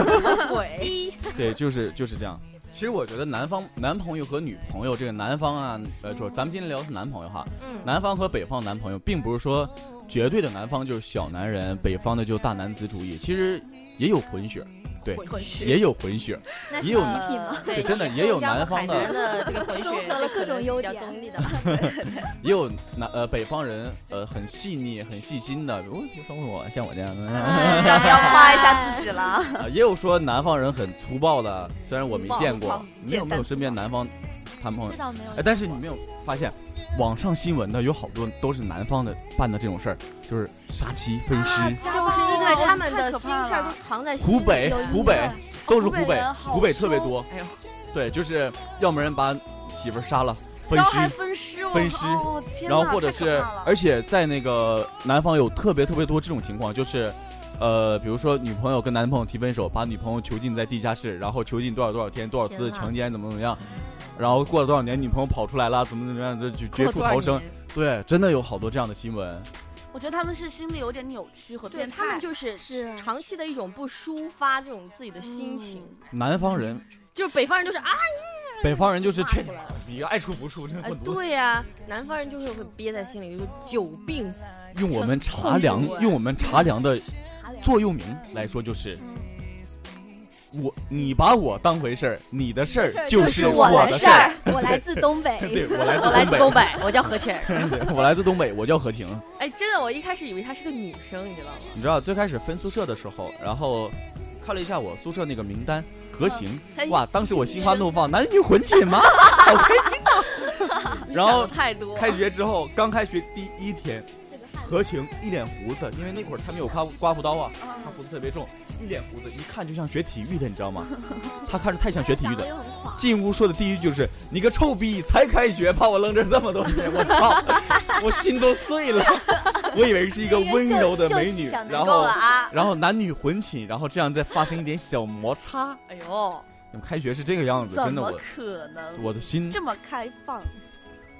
Speaker 5: (laughs)
Speaker 6: 鬼。
Speaker 5: 对，就是就是这样。其实我觉得男方男朋友和女朋友这个男方啊，呃，主咱们今天聊的是男朋友哈，
Speaker 6: 嗯，
Speaker 5: 南方和北方男朋友，并不是说绝对的南方就是小男人，北方的就大男子主义，其实也有混血，对，
Speaker 6: 混血
Speaker 5: 也有混血，
Speaker 4: 那是
Speaker 5: 也有
Speaker 4: 极品吗？
Speaker 6: 对
Speaker 5: 对真的也有南方的
Speaker 6: 的海南的这个 (laughs) 混血，
Speaker 4: 综合了各种优点
Speaker 6: 比较中立 (laughs) 的。
Speaker 5: 也有南呃北方人呃很细腻、很细心的，我生我像我这样的，
Speaker 7: 这样要夸一下自己了。
Speaker 5: 啊也有说南方人很粗暴的，虽然我没
Speaker 6: 粗暴
Speaker 5: 见
Speaker 6: 粗
Speaker 5: 过
Speaker 6: 暴，
Speaker 5: 你有没有
Speaker 7: 简单
Speaker 5: 身边南方男朋友
Speaker 4: 这？倒没有
Speaker 5: 哎，。但是你没有发现，网上新闻的有好多都是南方的办的这种事儿，就是杀妻分尸。
Speaker 7: 啊
Speaker 6: 就是因为他们的心事儿都藏在心里。
Speaker 5: 湖北
Speaker 4: 有意，义
Speaker 5: 哎湖北都是
Speaker 7: 湖北
Speaker 5: 湖北
Speaker 7: 人，好
Speaker 5: 湖北特别多。
Speaker 6: 哎呦，
Speaker 5: 对，就是要么人把媳妇儿杀了分
Speaker 7: 然后
Speaker 5: 尸，
Speaker 7: 还分尸，我
Speaker 5: 分尸
Speaker 7: 哦天
Speaker 5: 然后
Speaker 7: 哪
Speaker 5: 或者
Speaker 7: 太可
Speaker 5: 是
Speaker 7: 怕了，
Speaker 5: 而且在那个南方有特别特别多这种情况，就是，呃，比如说女朋友跟男朋友提分手，把女朋友囚禁在地下室，然后囚禁多少多少天，多少次
Speaker 6: 天呐
Speaker 5: 强奸，怎么怎么样，然后过了多少年，女朋友跑出来了，怎么怎么样，就就绝
Speaker 6: 过
Speaker 5: 处
Speaker 6: 多少
Speaker 5: 逃生
Speaker 6: 年，
Speaker 5: 对，真的有好多这样的新闻。
Speaker 7: 我觉得他们是心里有点扭曲和
Speaker 6: 对
Speaker 7: 变态。
Speaker 6: 他们就是嗯
Speaker 7: 是
Speaker 6: 长期的一种不抒发这种自己的心情，
Speaker 5: 南方人，
Speaker 6: 就是北方人就是啊，
Speaker 5: (laughs) 北方人就是
Speaker 6: 骂
Speaker 5: 这
Speaker 6: 出来了，
Speaker 3: 你爱出不出，真
Speaker 6: 哎
Speaker 3: 混犊子。
Speaker 6: 对呀、南方人就是会憋在心里，就是久病。
Speaker 5: 用我们茶凉
Speaker 6: 冲突，
Speaker 5: 用我们茶凉的
Speaker 4: 茶凉
Speaker 5: 座右铭来说就是。我，你把我当回事儿，你的事儿
Speaker 4: 就
Speaker 5: 就是
Speaker 4: 我
Speaker 5: 的
Speaker 4: 事
Speaker 5: 儿。。
Speaker 4: 儿，我来自东
Speaker 5: (laughs)
Speaker 4: 北
Speaker 5: 对，我来
Speaker 6: 我来自
Speaker 5: 自
Speaker 6: 东
Speaker 5: 东
Speaker 6: 北，我叫何
Speaker 5: (laughs)
Speaker 6: 倩儿。
Speaker 5: 北，我来自东北，我叫何晴。
Speaker 6: 哎，真的，我一开始以为她是个女生，你知道吗？
Speaker 5: 你知道最开始分宿舍的时候，然后看了一下我宿舍那个名单，何
Speaker 6: 嗯
Speaker 5: 行
Speaker 7: 哎，
Speaker 5: 哇，当时我心花怒
Speaker 6: (laughs)
Speaker 5: 放，男女混寝吗？好开心呐、然
Speaker 6: 想
Speaker 5: 后
Speaker 6: 得太多，
Speaker 5: 开学之后，刚开学第一天，何晴一脸胡子，因为那会儿他没有刮刮胡刀啊，他胡子特别重，一脸胡子，一看就像学体育的，你知道吗？他看着太像学体育的。进屋说的第一句就是：“你个臭逼，才开学把我扔这儿这么多天，我操， (laughs) 我心都碎了。” (laughs) 我以为是一个温柔的美女，然
Speaker 4: 够
Speaker 5: 后
Speaker 4: 了啊！
Speaker 5: 然后男女混寝，然后这样再发生一点小摩擦。
Speaker 6: 哎呦，
Speaker 5: 你们开学是这个样子，
Speaker 7: 怎
Speaker 5: 真的
Speaker 7: 么
Speaker 5: 我
Speaker 7: 可能
Speaker 5: 我的心
Speaker 7: 这么开放？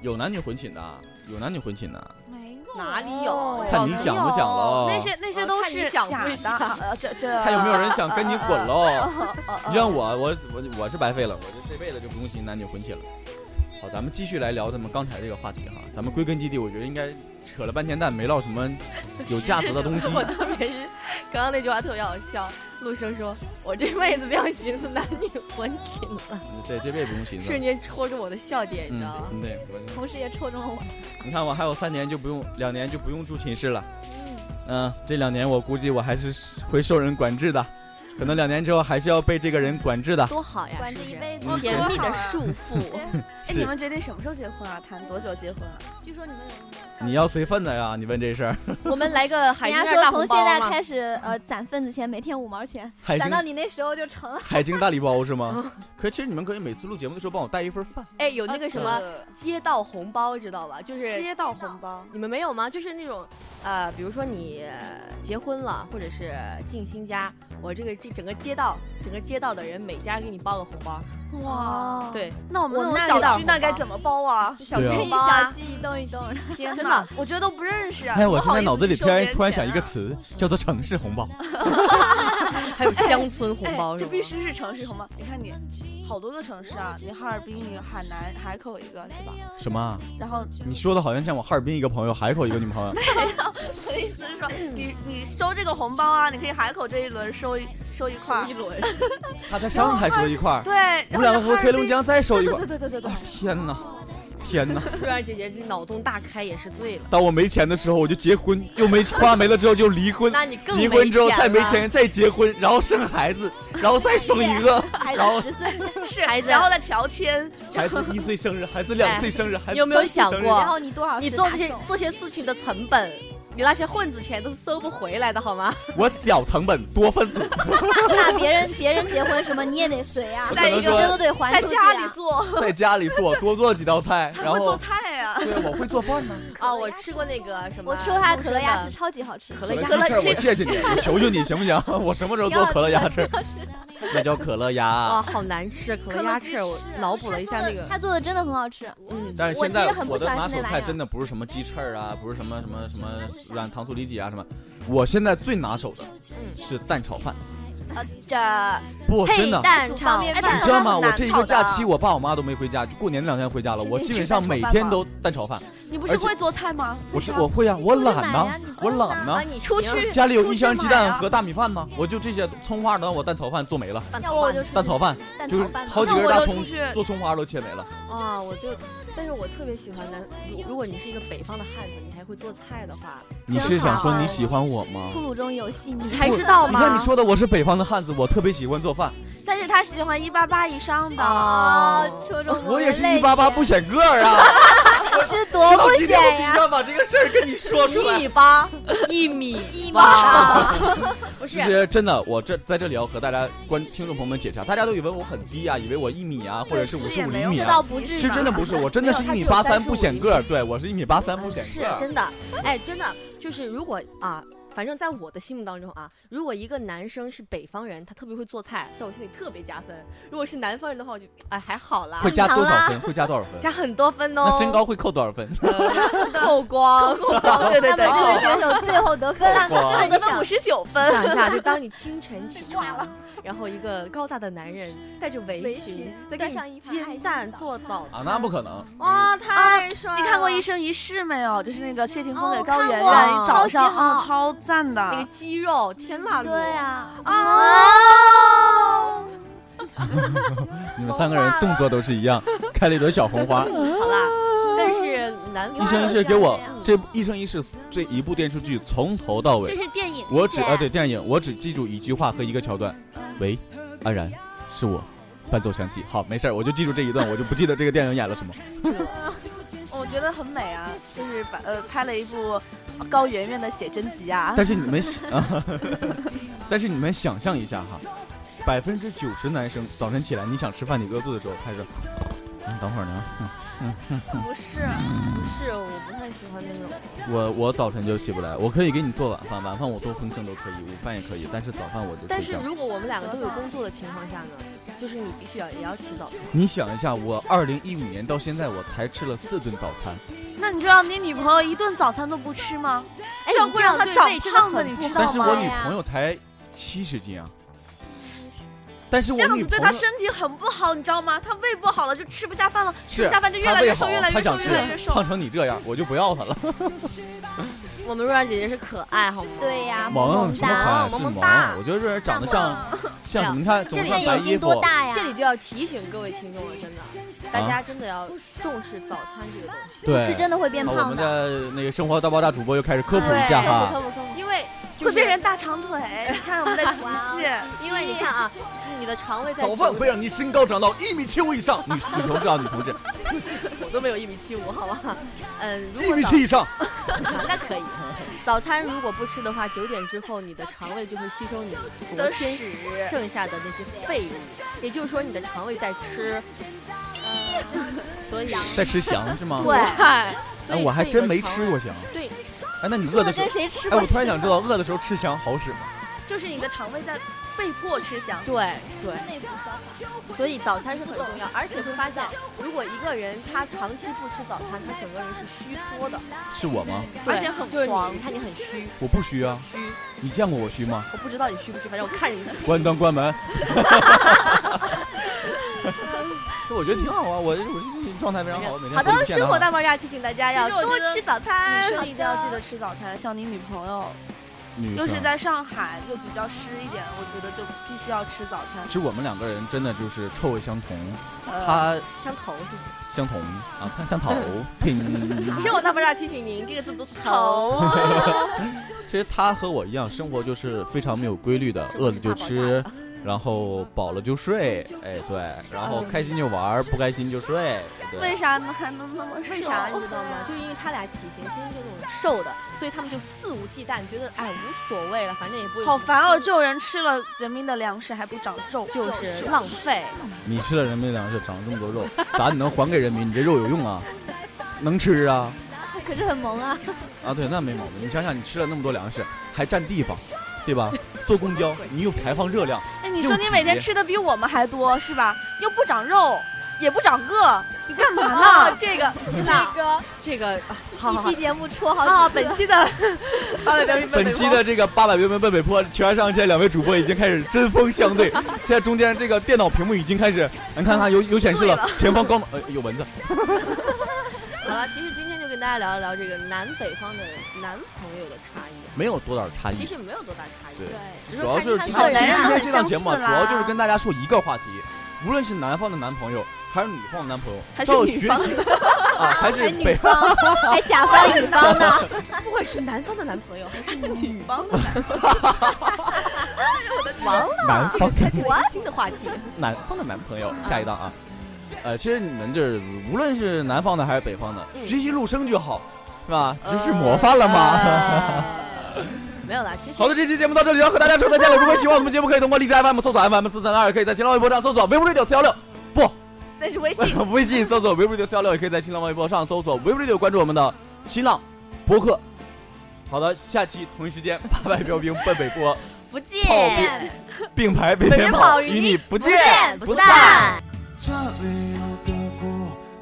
Speaker 5: 有男女混寝的啊，有男女混寝的啊，
Speaker 7: 没有
Speaker 6: 哪里有
Speaker 5: 哦看你
Speaker 6: 没
Speaker 5: 想不想喽。
Speaker 7: 那哦些那些都是假
Speaker 6: 哦看你想不
Speaker 7: 的，呃这这
Speaker 5: 看有没有人想跟你滚喽。
Speaker 7: 你
Speaker 5: 你像我，我我我是白费了，我就这辈子就不用进男女混铁了。好，咱们继续来聊咱们刚才这个话题哈。咱们归根结底，我觉得应该扯了半天蛋，没唠什么有价值的东西
Speaker 6: (laughs) 。我特别是刚刚那句话特别好笑。陆生说：“我这辈子不要寻思男女混寝了。
Speaker 5: (laughs) 对，这辈子不用寻”思。
Speaker 6: 瞬间戳中我的笑点，你知道吗？
Speaker 5: 嗯，对，我
Speaker 4: 同时也戳中了我。
Speaker 5: 你看我还有三年就不用，两年就不用住寝室了。嗯，这两年我估计我还是会受人管制的，可能两年之后还是要被这个人管制的。
Speaker 6: 多好哎呀，
Speaker 4: 管
Speaker 6: 是
Speaker 4: 着
Speaker 6: 不
Speaker 4: 一
Speaker 6: 是
Speaker 4: 辈子啊
Speaker 5: 嗯，
Speaker 6: 甜蜜的
Speaker 4: (laughs)
Speaker 6: 束缚。
Speaker 7: 哎，
Speaker 5: 是
Speaker 7: 你们决定什么时候结婚啊？谈多久结婚啊？
Speaker 4: 据说你们有
Speaker 5: 你要随份子呀？你问这事儿，
Speaker 6: 我们来个海
Speaker 4: 人
Speaker 6: 军
Speaker 4: 家
Speaker 6: 儿大
Speaker 4: 说
Speaker 6: 红
Speaker 4: 从
Speaker 6: 包
Speaker 4: 现在
Speaker 6: 嘛
Speaker 4: 开始，呃，攒份子钱，每天五毛钱，
Speaker 5: 海
Speaker 4: 攒
Speaker 5: 经
Speaker 4: 到你那时候就成了。
Speaker 5: 海经大礼包是
Speaker 7: 嗯
Speaker 5: 吗？可是其实你们可以每次录节目的时候帮我带一份饭。
Speaker 6: 哎，有那个什么
Speaker 7: 呃
Speaker 6: 街道红包，知道吧？就是
Speaker 7: 街道红包？
Speaker 6: 你们没有吗？就是那种，呃，比如说你呃结婚了，或者是进新家，我这个这整个街道，整个街道的人每家给你包个红包，
Speaker 4: 哦
Speaker 7: 哇，
Speaker 6: 对，哦
Speaker 7: 那我们
Speaker 6: 我
Speaker 7: 那
Speaker 6: 们那
Speaker 7: 种
Speaker 6: 街道
Speaker 7: 小区
Speaker 6: 红
Speaker 7: 那该
Speaker 6: 包
Speaker 7: 怎么包啊？
Speaker 6: 小
Speaker 5: 对
Speaker 6: 区
Speaker 5: 啊
Speaker 6: 红
Speaker 4: 一
Speaker 6: 包
Speaker 4: 小
Speaker 6: 啊。
Speaker 4: 区一栋一
Speaker 6: (laughs)
Speaker 4: 栋的，
Speaker 7: 天
Speaker 6: 真
Speaker 7: 哪
Speaker 6: 的，
Speaker 7: 我觉得都不认识啊。
Speaker 5: 哎，我
Speaker 7: 不
Speaker 5: 现
Speaker 7: 好
Speaker 5: 在
Speaker 7: 意
Speaker 5: 脑
Speaker 7: 思
Speaker 5: 子里
Speaker 7: 去
Speaker 5: 突然
Speaker 7: 收别人
Speaker 5: 突然想
Speaker 7: 钱
Speaker 5: 一个
Speaker 7: 啊，
Speaker 5: 词，叫做城市红包。
Speaker 7: 嗯
Speaker 6: 还有乡村红
Speaker 4: (laughs)
Speaker 7: 哎
Speaker 6: 包是
Speaker 7: 这
Speaker 6: 吗？
Speaker 7: 必须是城市红包。你看你好多个城市啊，你哈尔滨一个，海南海口一个是吧？
Speaker 5: 什么啊？
Speaker 7: 然后
Speaker 5: 你说的好像像我哈尔滨一个朋友，海口一个女朋友。
Speaker 7: (laughs)
Speaker 5: 啊
Speaker 7: 我的意思是说，你你收这个红包啊，你可以海口这一轮收一收一块儿
Speaker 6: (laughs) 一，轮，
Speaker 5: 他在上海收一块儿，
Speaker 7: 对，然
Speaker 5: 我们
Speaker 7: 后
Speaker 5: 两个
Speaker 7: 在
Speaker 5: 和
Speaker 7: 哈尔
Speaker 5: 黑龙
Speaker 7: 滨
Speaker 5: 江再收一
Speaker 7: 对
Speaker 5: 块
Speaker 7: 对
Speaker 5: 儿。
Speaker 7: 对对对对
Speaker 5: 啊，天哪，天哪！
Speaker 6: 瑞儿姐姐这脑洞大开也是醉了。
Speaker 5: 当我没钱的时候，我就结婚，又没花没了之后就离婚，
Speaker 6: 那你更
Speaker 5: 离婚之后再没
Speaker 6: 了，
Speaker 5: 钱再结婚，然后生孩
Speaker 7: (laughs)
Speaker 5: 子，然后再生一个，
Speaker 4: 孩子
Speaker 5: 然后
Speaker 4: 十岁，
Speaker 7: 对，是
Speaker 5: 嗯
Speaker 6: 孩子
Speaker 7: 然后再乔迁，
Speaker 5: 孩子一岁生日，孩子两岁生
Speaker 7: 哎
Speaker 5: 日，孩子
Speaker 6: 你有没有
Speaker 5: 三岁生日
Speaker 6: 想过
Speaker 4: 然后你多少
Speaker 6: 你
Speaker 4: 时
Speaker 6: 做
Speaker 4: 打
Speaker 6: 这些
Speaker 4: 手
Speaker 6: 做些事情的成本，你那些混子钱都是收不回来的好吗？ (laughs)
Speaker 5: 我小成本多分子，
Speaker 4: 对啊，别人别人结婚什么你也得随啊，
Speaker 5: 我
Speaker 7: 再
Speaker 5: 可
Speaker 7: 一
Speaker 5: 能
Speaker 4: 这都
Speaker 5: 说
Speaker 4: 得还
Speaker 7: 在
Speaker 4: 出去
Speaker 7: 家里
Speaker 4: 啊。
Speaker 7: 做，
Speaker 5: 在家里做多做几道菜，
Speaker 7: 他
Speaker 5: 然
Speaker 7: 会做
Speaker 5: 后
Speaker 7: 菜呀。
Speaker 5: 对我会做饭呢。
Speaker 6: 啊，我吃过那个什么，
Speaker 4: 我吃过他的可乐鸭翅，超级好吃。
Speaker 6: (laughs) 可乐鸭
Speaker 5: 这事儿
Speaker 7: 吃
Speaker 5: 我谢谢你， (laughs) 我求求你行不行？我什么时候做可乐鸭 (laughs) 翅？那叫可乐
Speaker 6: 啊，
Speaker 5: 鸭。
Speaker 6: 好难吃，可
Speaker 7: 可
Speaker 6: 乐
Speaker 7: 乐
Speaker 6: 鸭
Speaker 7: 鸡
Speaker 6: 翅儿，我
Speaker 7: 翅
Speaker 6: 脑补了一下那个，
Speaker 4: 他做的真的很好吃，
Speaker 6: 嗯，
Speaker 5: 但是现在
Speaker 4: 我其实很
Speaker 5: 我的
Speaker 4: 不喜欢
Speaker 5: 拿
Speaker 4: 吃
Speaker 5: 手
Speaker 4: 那玩意
Speaker 5: 菜
Speaker 4: 儿
Speaker 5: 真的不是什么鸡翅儿啊，不是什么什么什么软糖醋里脊啊什么，我现在最拿手的
Speaker 6: 嗯
Speaker 5: 是蛋炒饭。
Speaker 7: 啊，这
Speaker 5: 不，
Speaker 6: 配
Speaker 5: 真的，啊
Speaker 6: 蛋
Speaker 4: 煮
Speaker 6: 炒
Speaker 4: 方便
Speaker 6: 哎
Speaker 4: 饭
Speaker 5: 你知道吗？
Speaker 7: 蛋炒饭很难
Speaker 5: 我这一
Speaker 7: 炒
Speaker 5: 个
Speaker 7: 的
Speaker 5: 假期，我爸我妈都没回家，就过年那两天回家了。我基本上每天都蛋炒饭。
Speaker 7: 你不是
Speaker 5: 而且
Speaker 7: 会做菜吗？
Speaker 5: 我
Speaker 7: 为
Speaker 5: 是
Speaker 7: 啥
Speaker 5: 我会啊，我懒
Speaker 4: 你
Speaker 5: 呐
Speaker 4: 不是，
Speaker 5: 我
Speaker 4: 懒啊
Speaker 5: 懒
Speaker 6: 啊，
Speaker 5: 呐。
Speaker 6: 你
Speaker 7: 出
Speaker 6: 行
Speaker 7: 去
Speaker 5: 家里有一箱鸡蛋
Speaker 7: 出去买啊
Speaker 5: 和大米饭呢，我就这些葱花等我蛋炒饭做没了。
Speaker 6: 蛋
Speaker 4: 要
Speaker 6: 炒
Speaker 4: 不我
Speaker 6: 饭
Speaker 4: 就出去
Speaker 5: 蛋炒饭
Speaker 4: 蛋
Speaker 5: 就
Speaker 4: 炒
Speaker 5: 是
Speaker 4: 饭吧
Speaker 5: 好几
Speaker 7: 那
Speaker 5: 根
Speaker 7: 我
Speaker 5: 大
Speaker 7: 要
Speaker 5: 葱
Speaker 7: 出去，
Speaker 5: 做葱花都切没了。
Speaker 6: 啊，我就，但是我特别喜欢南，如如果你是一个北方的汉子，你还会做菜的话，
Speaker 5: 你
Speaker 6: 真
Speaker 5: 是想
Speaker 6: 好
Speaker 5: 说你喜欢我吗？
Speaker 4: 粗鲁中有细腻，
Speaker 6: 你才知道
Speaker 5: 你
Speaker 6: 吗？
Speaker 5: 看你说的，我是北方的汉子，我特别喜欢做饭。
Speaker 7: 但是他喜欢一八八以上的，
Speaker 6: 啊，，
Speaker 4: 啊戳中
Speaker 5: (laughs) 我也
Speaker 4: 的
Speaker 5: 是
Speaker 4: 泪
Speaker 5: 一八八
Speaker 4: 点
Speaker 5: 不显个儿啊！
Speaker 4: 是多
Speaker 5: 到
Speaker 4: 不
Speaker 5: 今
Speaker 4: 显
Speaker 5: 天我必须
Speaker 4: 呀！
Speaker 5: 要把这个事儿跟你说出
Speaker 6: 一
Speaker 5: 来。
Speaker 6: 米八，一米
Speaker 4: 一米
Speaker 5: (laughs)
Speaker 6: 八，不
Speaker 5: 其
Speaker 6: 是，
Speaker 5: 实真的，我这在这里要和大家观听众朋友们解释啊，大家都以为我很低啊，以为我一米啊，或者是五十五厘米
Speaker 4: 这
Speaker 5: 啊
Speaker 4: 倒。不至
Speaker 5: 其
Speaker 4: 于。
Speaker 5: 实真的不是，我真的是一米八三不显个儿，对我是一米八三不显个
Speaker 6: 呃是
Speaker 5: 儿。
Speaker 6: 真的，哎，真的就是如果啊，反正在我的心目当中啊，如果一个男生是北方人，他特别会做菜，在我心里特别加分；如果是南方人的话，我就哎还好啦，
Speaker 5: 会加多
Speaker 4: 正
Speaker 5: 少
Speaker 4: 常
Speaker 5: 分？会加多少分？
Speaker 6: 加很多分哦。
Speaker 5: 那身高会扣多少分？
Speaker 6: 呃 (laughs) 扣
Speaker 4: (laughs)
Speaker 6: 光，
Speaker 7: 哦对对对
Speaker 4: 那，么哦这位选手最后得分
Speaker 5: 哇
Speaker 4: 了，就
Speaker 7: 我
Speaker 4: 是
Speaker 7: 得
Speaker 4: 你
Speaker 7: 分
Speaker 4: 想
Speaker 7: 五十九分，
Speaker 6: 想
Speaker 7: (laughs)
Speaker 6: 一下，就当你清
Speaker 4: (laughs)
Speaker 6: 晨起床，然后一个高大的男人带着围
Speaker 4: 围
Speaker 6: 裙
Speaker 4: 裙，
Speaker 6: 在给
Speaker 4: 端上
Speaker 6: 你
Speaker 4: 一盘爱
Speaker 6: 煎
Speaker 4: 心
Speaker 6: 蛋
Speaker 4: 早
Speaker 6: 做
Speaker 4: 餐
Speaker 6: 早
Speaker 5: 啊，那不可能。
Speaker 6: 哇，
Speaker 4: 啊
Speaker 6: 太帅了！
Speaker 7: 你看过《一生一世》没有？就是那个谢霆锋
Speaker 4: 哦
Speaker 7: 给
Speaker 4: 我
Speaker 7: 高
Speaker 4: 看
Speaker 7: 圆
Speaker 4: 过
Speaker 7: 圆
Speaker 6: 超
Speaker 7: 早
Speaker 4: 级
Speaker 7: 上啊，
Speaker 4: 好
Speaker 7: 超赞
Speaker 6: 那
Speaker 7: 的
Speaker 6: 个。肌肉？天啦噜！
Speaker 4: 对啊，
Speaker 7: 啊！
Speaker 5: 你们三个人动作都是一样， (laughs) 开了一朵小红
Speaker 4: (laughs)
Speaker 5: 花。
Speaker 6: 好啦，但是南
Speaker 5: 一啊
Speaker 6: 方
Speaker 5: 生一世
Speaker 4: 哇
Speaker 5: 给我
Speaker 6: 好像
Speaker 5: 这一生一世这一部电视剧从头到
Speaker 4: 这
Speaker 5: 尾，
Speaker 4: 是电影，
Speaker 5: 我
Speaker 4: 谢
Speaker 5: 只
Speaker 4: 谢
Speaker 5: 啊对电影，我只记住一句话和一个桥段。喂，安然，是我。伴奏响起，好，没事儿，我就记住这一段，我就不记得这个电影演了
Speaker 4: (laughs)
Speaker 5: 什么。
Speaker 7: 我觉得很美啊，就是把呃拍了一部高圆圆的写真集啊。
Speaker 5: 但是你们想， (laughs) 但是你们想象一下哈，百分之九十男生早晨起来，你想吃饭，你饿肚子的时候，开始，嗯等会儿呢，
Speaker 7: 不是，
Speaker 6: 是我不太喜欢那种。
Speaker 5: 我我早晨就起不来，我可以给你做晚饭，晚饭我多丰盛都可以，午饭也可以，但是早饭我就
Speaker 6: 但
Speaker 5: 睡
Speaker 6: 是
Speaker 5: 觉。
Speaker 6: 如果我们两个都有工作的情况下呢，就是你必须要也要起早。
Speaker 5: 你想一下，我二零一五年到现在，我才吃了四顿早餐，
Speaker 7: 那你就让你女朋友一顿早餐都不吃吗？
Speaker 6: 哎
Speaker 7: 这样
Speaker 6: 你
Speaker 7: 会
Speaker 6: 这
Speaker 7: 让
Speaker 6: 样
Speaker 7: 她
Speaker 6: 对
Speaker 7: 长
Speaker 6: 胃真的
Speaker 7: 胖的，
Speaker 6: 很
Speaker 7: 你
Speaker 6: 不
Speaker 7: 知
Speaker 6: 好
Speaker 5: 但
Speaker 7: 道
Speaker 5: 是我
Speaker 7: 吗？哎
Speaker 5: 女朋友才七十斤啊。但是我
Speaker 7: 这样
Speaker 5: 女
Speaker 7: 子对
Speaker 5: 朋
Speaker 7: 她
Speaker 5: 友
Speaker 7: 身体很不好，你知道吗？她胃不好了就吃不下饭了，吃
Speaker 5: 是
Speaker 7: 不下饭就越
Speaker 5: 她
Speaker 7: 来
Speaker 5: 胃
Speaker 7: 越瘦，
Speaker 5: 好
Speaker 7: 越来，
Speaker 5: 她
Speaker 7: 越瘦，
Speaker 5: 想
Speaker 7: 越
Speaker 5: 吃
Speaker 7: 来越，瘦
Speaker 5: 胖。成你这样，我就不要她了。
Speaker 6: 我们若然姐姐是可爱，好吗？
Speaker 4: 对呀，
Speaker 5: 萌
Speaker 4: 萌
Speaker 5: 什么可
Speaker 4: 哒，
Speaker 5: 爱是
Speaker 6: 萌萌
Speaker 5: 萌啊
Speaker 6: 哒，
Speaker 5: 我觉得这人长得像像什
Speaker 6: 没有
Speaker 5: 么？你看，
Speaker 4: 这
Speaker 5: 总
Speaker 4: 里
Speaker 5: 穿
Speaker 4: 面
Speaker 5: 白
Speaker 4: 眼
Speaker 5: 衣
Speaker 4: 睛
Speaker 5: 服
Speaker 4: 多，大呀？
Speaker 6: 这里就要提醒各位听众了，真
Speaker 3: 啊
Speaker 6: 的，大家真的要重视早餐这个东西，
Speaker 5: 对，
Speaker 4: 是真的会变
Speaker 5: 啊我
Speaker 4: 胖
Speaker 5: 们
Speaker 4: 的，
Speaker 5: 的那个生活大爆炸主播又开始科普一
Speaker 6: 对
Speaker 5: 下
Speaker 4: 科普
Speaker 5: 哈
Speaker 4: 科。普科普
Speaker 6: 因为就
Speaker 7: 会变
Speaker 6: 是
Speaker 7: 成大长腿，你看我们的琪琪，
Speaker 6: 因为你看啊，就你的肠胃在
Speaker 3: 早饭
Speaker 6: 久
Speaker 3: 会让你身高长到一米七五以上，
Speaker 5: 女女同志啊，女同志，
Speaker 6: 我都没有一米七五，好吧？嗯，如
Speaker 3: 一
Speaker 6: 果
Speaker 3: 米
Speaker 6: 早
Speaker 3: 七以上。
Speaker 6: 那可以。早餐如果不吃的话，九点之后你的肠胃就会吸收你昨
Speaker 7: 的
Speaker 6: 天
Speaker 7: 屎
Speaker 6: 剩下的那些废物，也就是说你的肠胃在吃， (laughs) 所以
Speaker 5: 在吃翔是吗？
Speaker 7: 对
Speaker 6: 哎，所
Speaker 5: 哎，
Speaker 6: 以
Speaker 5: 我还
Speaker 6: 对你的
Speaker 5: 真没
Speaker 6: 肠
Speaker 5: 吃
Speaker 6: 胃。
Speaker 5: 过翔。
Speaker 6: 对，
Speaker 5: 哎，那你
Speaker 4: 这
Speaker 5: 饿
Speaker 4: 个
Speaker 5: 的时
Speaker 4: 跟
Speaker 5: 候，
Speaker 4: 谁吃
Speaker 5: 哎，
Speaker 4: 过？
Speaker 5: 我突然想知道，饿的时候吃翔好使吗？
Speaker 7: 就是你的肠胃在被迫吃翔。
Speaker 6: 对对，所以早餐是很重要，而且会发现，如果一个人他长期不吃早餐，他整个人是虚脱的，
Speaker 5: 是我吗？
Speaker 7: 而
Speaker 6: 对
Speaker 7: 且很
Speaker 6: 就是你，
Speaker 7: 黄
Speaker 6: 你看你很虚
Speaker 5: 我不虚啊，
Speaker 6: 虚，
Speaker 5: 你见过我虚吗？
Speaker 6: 我不知道你虚不虚，反正我看着你虚。
Speaker 5: 关灯关门。 (laughs) 我觉得挺好啊，我我这状态非常好，每天
Speaker 6: 好的
Speaker 5: 都，见
Speaker 6: 生活
Speaker 5: 到
Speaker 6: 大爆炸提醒大家要
Speaker 7: 其实我
Speaker 6: 多
Speaker 7: 觉得
Speaker 6: 吃早餐。
Speaker 7: 女生
Speaker 6: 哎好
Speaker 7: 一定要
Speaker 6: 的
Speaker 7: 记得吃早餐，像你女朋友，
Speaker 5: 女
Speaker 7: 又
Speaker 5: 生
Speaker 7: 是在上海，又比较湿一点，我觉得就必须要吃早餐
Speaker 5: 其。实我们两个人真的就是臭味相同，
Speaker 7: 呃，
Speaker 5: 他
Speaker 6: 像头，谢谢。
Speaker 5: 相同啊，他相头拼。
Speaker 6: 生活大爆炸提醒您，这个字读头。
Speaker 7: 头啊，
Speaker 5: (laughs) 其实他和我一样，生活就是非常没有规律的，饿了就吃，然后饱了就睡，哎对，然后开心就玩，不开心就睡，
Speaker 7: 为
Speaker 5: 对。
Speaker 7: 啥呢还能那么瘦？
Speaker 6: 为啥你知道吗？就因为他俩体型天生就那种瘦的，所以他们就肆无忌惮，觉得哎无所谓了，反正也不会
Speaker 7: 好烦哦！
Speaker 6: 就
Speaker 7: 这种人吃了人民的粮食还不长皱，
Speaker 6: 就是浪费。
Speaker 5: 你吃了人民粮食，长了这么多肉，咋你能还给人民？你这肉有用啊，能吃啊
Speaker 4: (laughs) 可是很萌啊，
Speaker 5: 啊对，那没毛病。你想想，你吃了那么多粮食，还占地方，对吧？坐公交你又排放热量，
Speaker 7: 哎，你
Speaker 5: 又
Speaker 7: 说你每天
Speaker 5: 挤
Speaker 7: 吃的比我们还多是吧？又不长肉，也不长个，你干 (laughs) 嘛
Speaker 6: (laughs) 哦
Speaker 7: 呢？这个
Speaker 6: 真的，这个啊好
Speaker 4: 一
Speaker 6: 好好
Speaker 4: 期节目戳好
Speaker 6: 好，
Speaker 4: 几次
Speaker 6: 本期的八百标兵奔北
Speaker 5: (laughs) 本期的这个八百标兵奔北坡全上线，两位主播已经开始针锋相对。现在中间这个电脑屏幕已经开始，你看看有有显示了
Speaker 7: 对，
Speaker 5: 前 (laughs) 方高能呃有蚊子。
Speaker 6: (laughs) 好了，其实今天就跟大家聊一聊这个南北方的男朋友的差异，啊
Speaker 5: 没有多少差
Speaker 6: 其
Speaker 5: 异，
Speaker 6: 实没有多大差异，啊
Speaker 5: 对
Speaker 6: 只
Speaker 5: 主要
Speaker 6: 看
Speaker 5: 是
Speaker 6: 看
Speaker 5: 今
Speaker 6: 个
Speaker 5: 天
Speaker 7: 看
Speaker 5: 其实今天这
Speaker 7: 人啊
Speaker 5: 档节目啊
Speaker 7: 很
Speaker 5: 主
Speaker 7: 相似啦
Speaker 5: 要就是跟大家说一个话题，无论是南方的男朋友还是女方的男朋友，
Speaker 7: 还是
Speaker 5: 都要
Speaker 7: 女
Speaker 5: 学
Speaker 7: 方
Speaker 5: 习啊，还是
Speaker 4: 女
Speaker 5: 北
Speaker 4: 方，
Speaker 5: (laughs)
Speaker 4: 还甲方乙方呢？
Speaker 6: (laughs) 不管是南方的男朋友还是 (laughs) 女
Speaker 7: 帮的男
Speaker 6: 王，
Speaker 5: 南
Speaker 6: 这
Speaker 5: 方
Speaker 6: 个开辟了一个新的话题。
Speaker 5: 南方的男朋友，下一档啊。呃，其实你们就是无论是南方的还是北方的，
Speaker 6: 嗯呃
Speaker 5: 学习陆生就好，是吧？不是模范了吗？ (laughs)
Speaker 6: 没有啦，其实
Speaker 5: 好的，这期节目到这里要和大家说再见了。如果喜欢我们节目，可以通过荔枝 FM 搜索 FM 四三二，可以在新浪微博上搜索 (laughs) 微 i 六九四幺六，不，
Speaker 7: 那是微信。
Speaker 5: 微信搜索微 i 六九四幺六，也可以在新浪微博上搜索微 i 六九关注我们的新浪博客。好的，下期同一时间， (laughs) 八百标兵奔北坡，
Speaker 6: 不
Speaker 5: 炮兵
Speaker 6: 见，
Speaker 5: 并排北
Speaker 6: 北
Speaker 5: 边
Speaker 6: 边
Speaker 5: 跑，
Speaker 6: 跑
Speaker 5: 与
Speaker 6: 与
Speaker 5: 你
Speaker 6: 你
Speaker 5: 不见不
Speaker 6: 不见不
Speaker 5: 散
Speaker 6: 散。
Speaker 1: 这里有个姑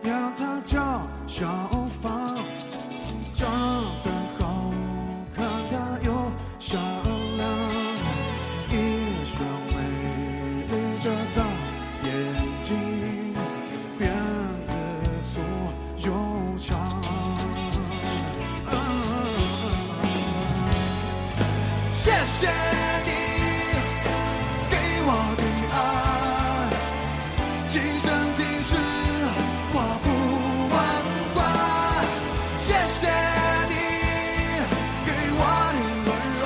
Speaker 1: 娘，她叫小芳，长得好看，她又善良，一双美丽的大眼睛，辫子粗又长。啊谢谢你给我的爱。今生今世我不忘怀，谢谢你给我的温柔，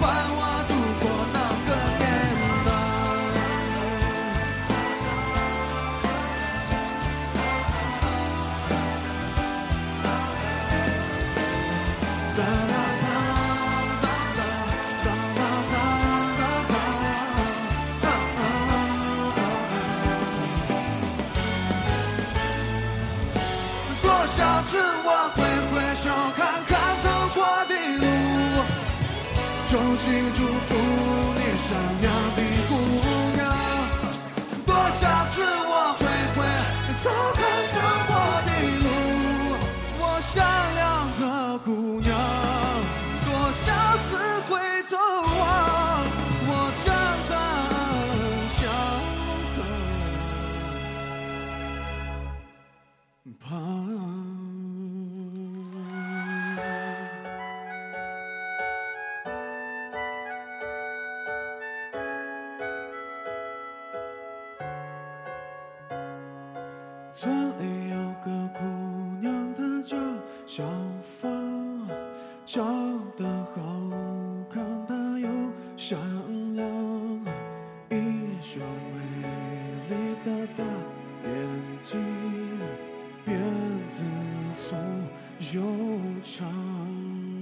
Speaker 1: 伴我度过那个年代。哒啦哒啦哒哒啦哒啦哒啊啊啊啊多少次我挥挥手，看看走过的路，衷心祝福你善良的姑娘。多少次我挥挥手，看走过的路，我善良的姑娘。多少次回头望，我站在小河。旁。村里有个姑娘，她叫小芳，长得好看，她又善良，一双美丽的大眼睛，辫子粗又长。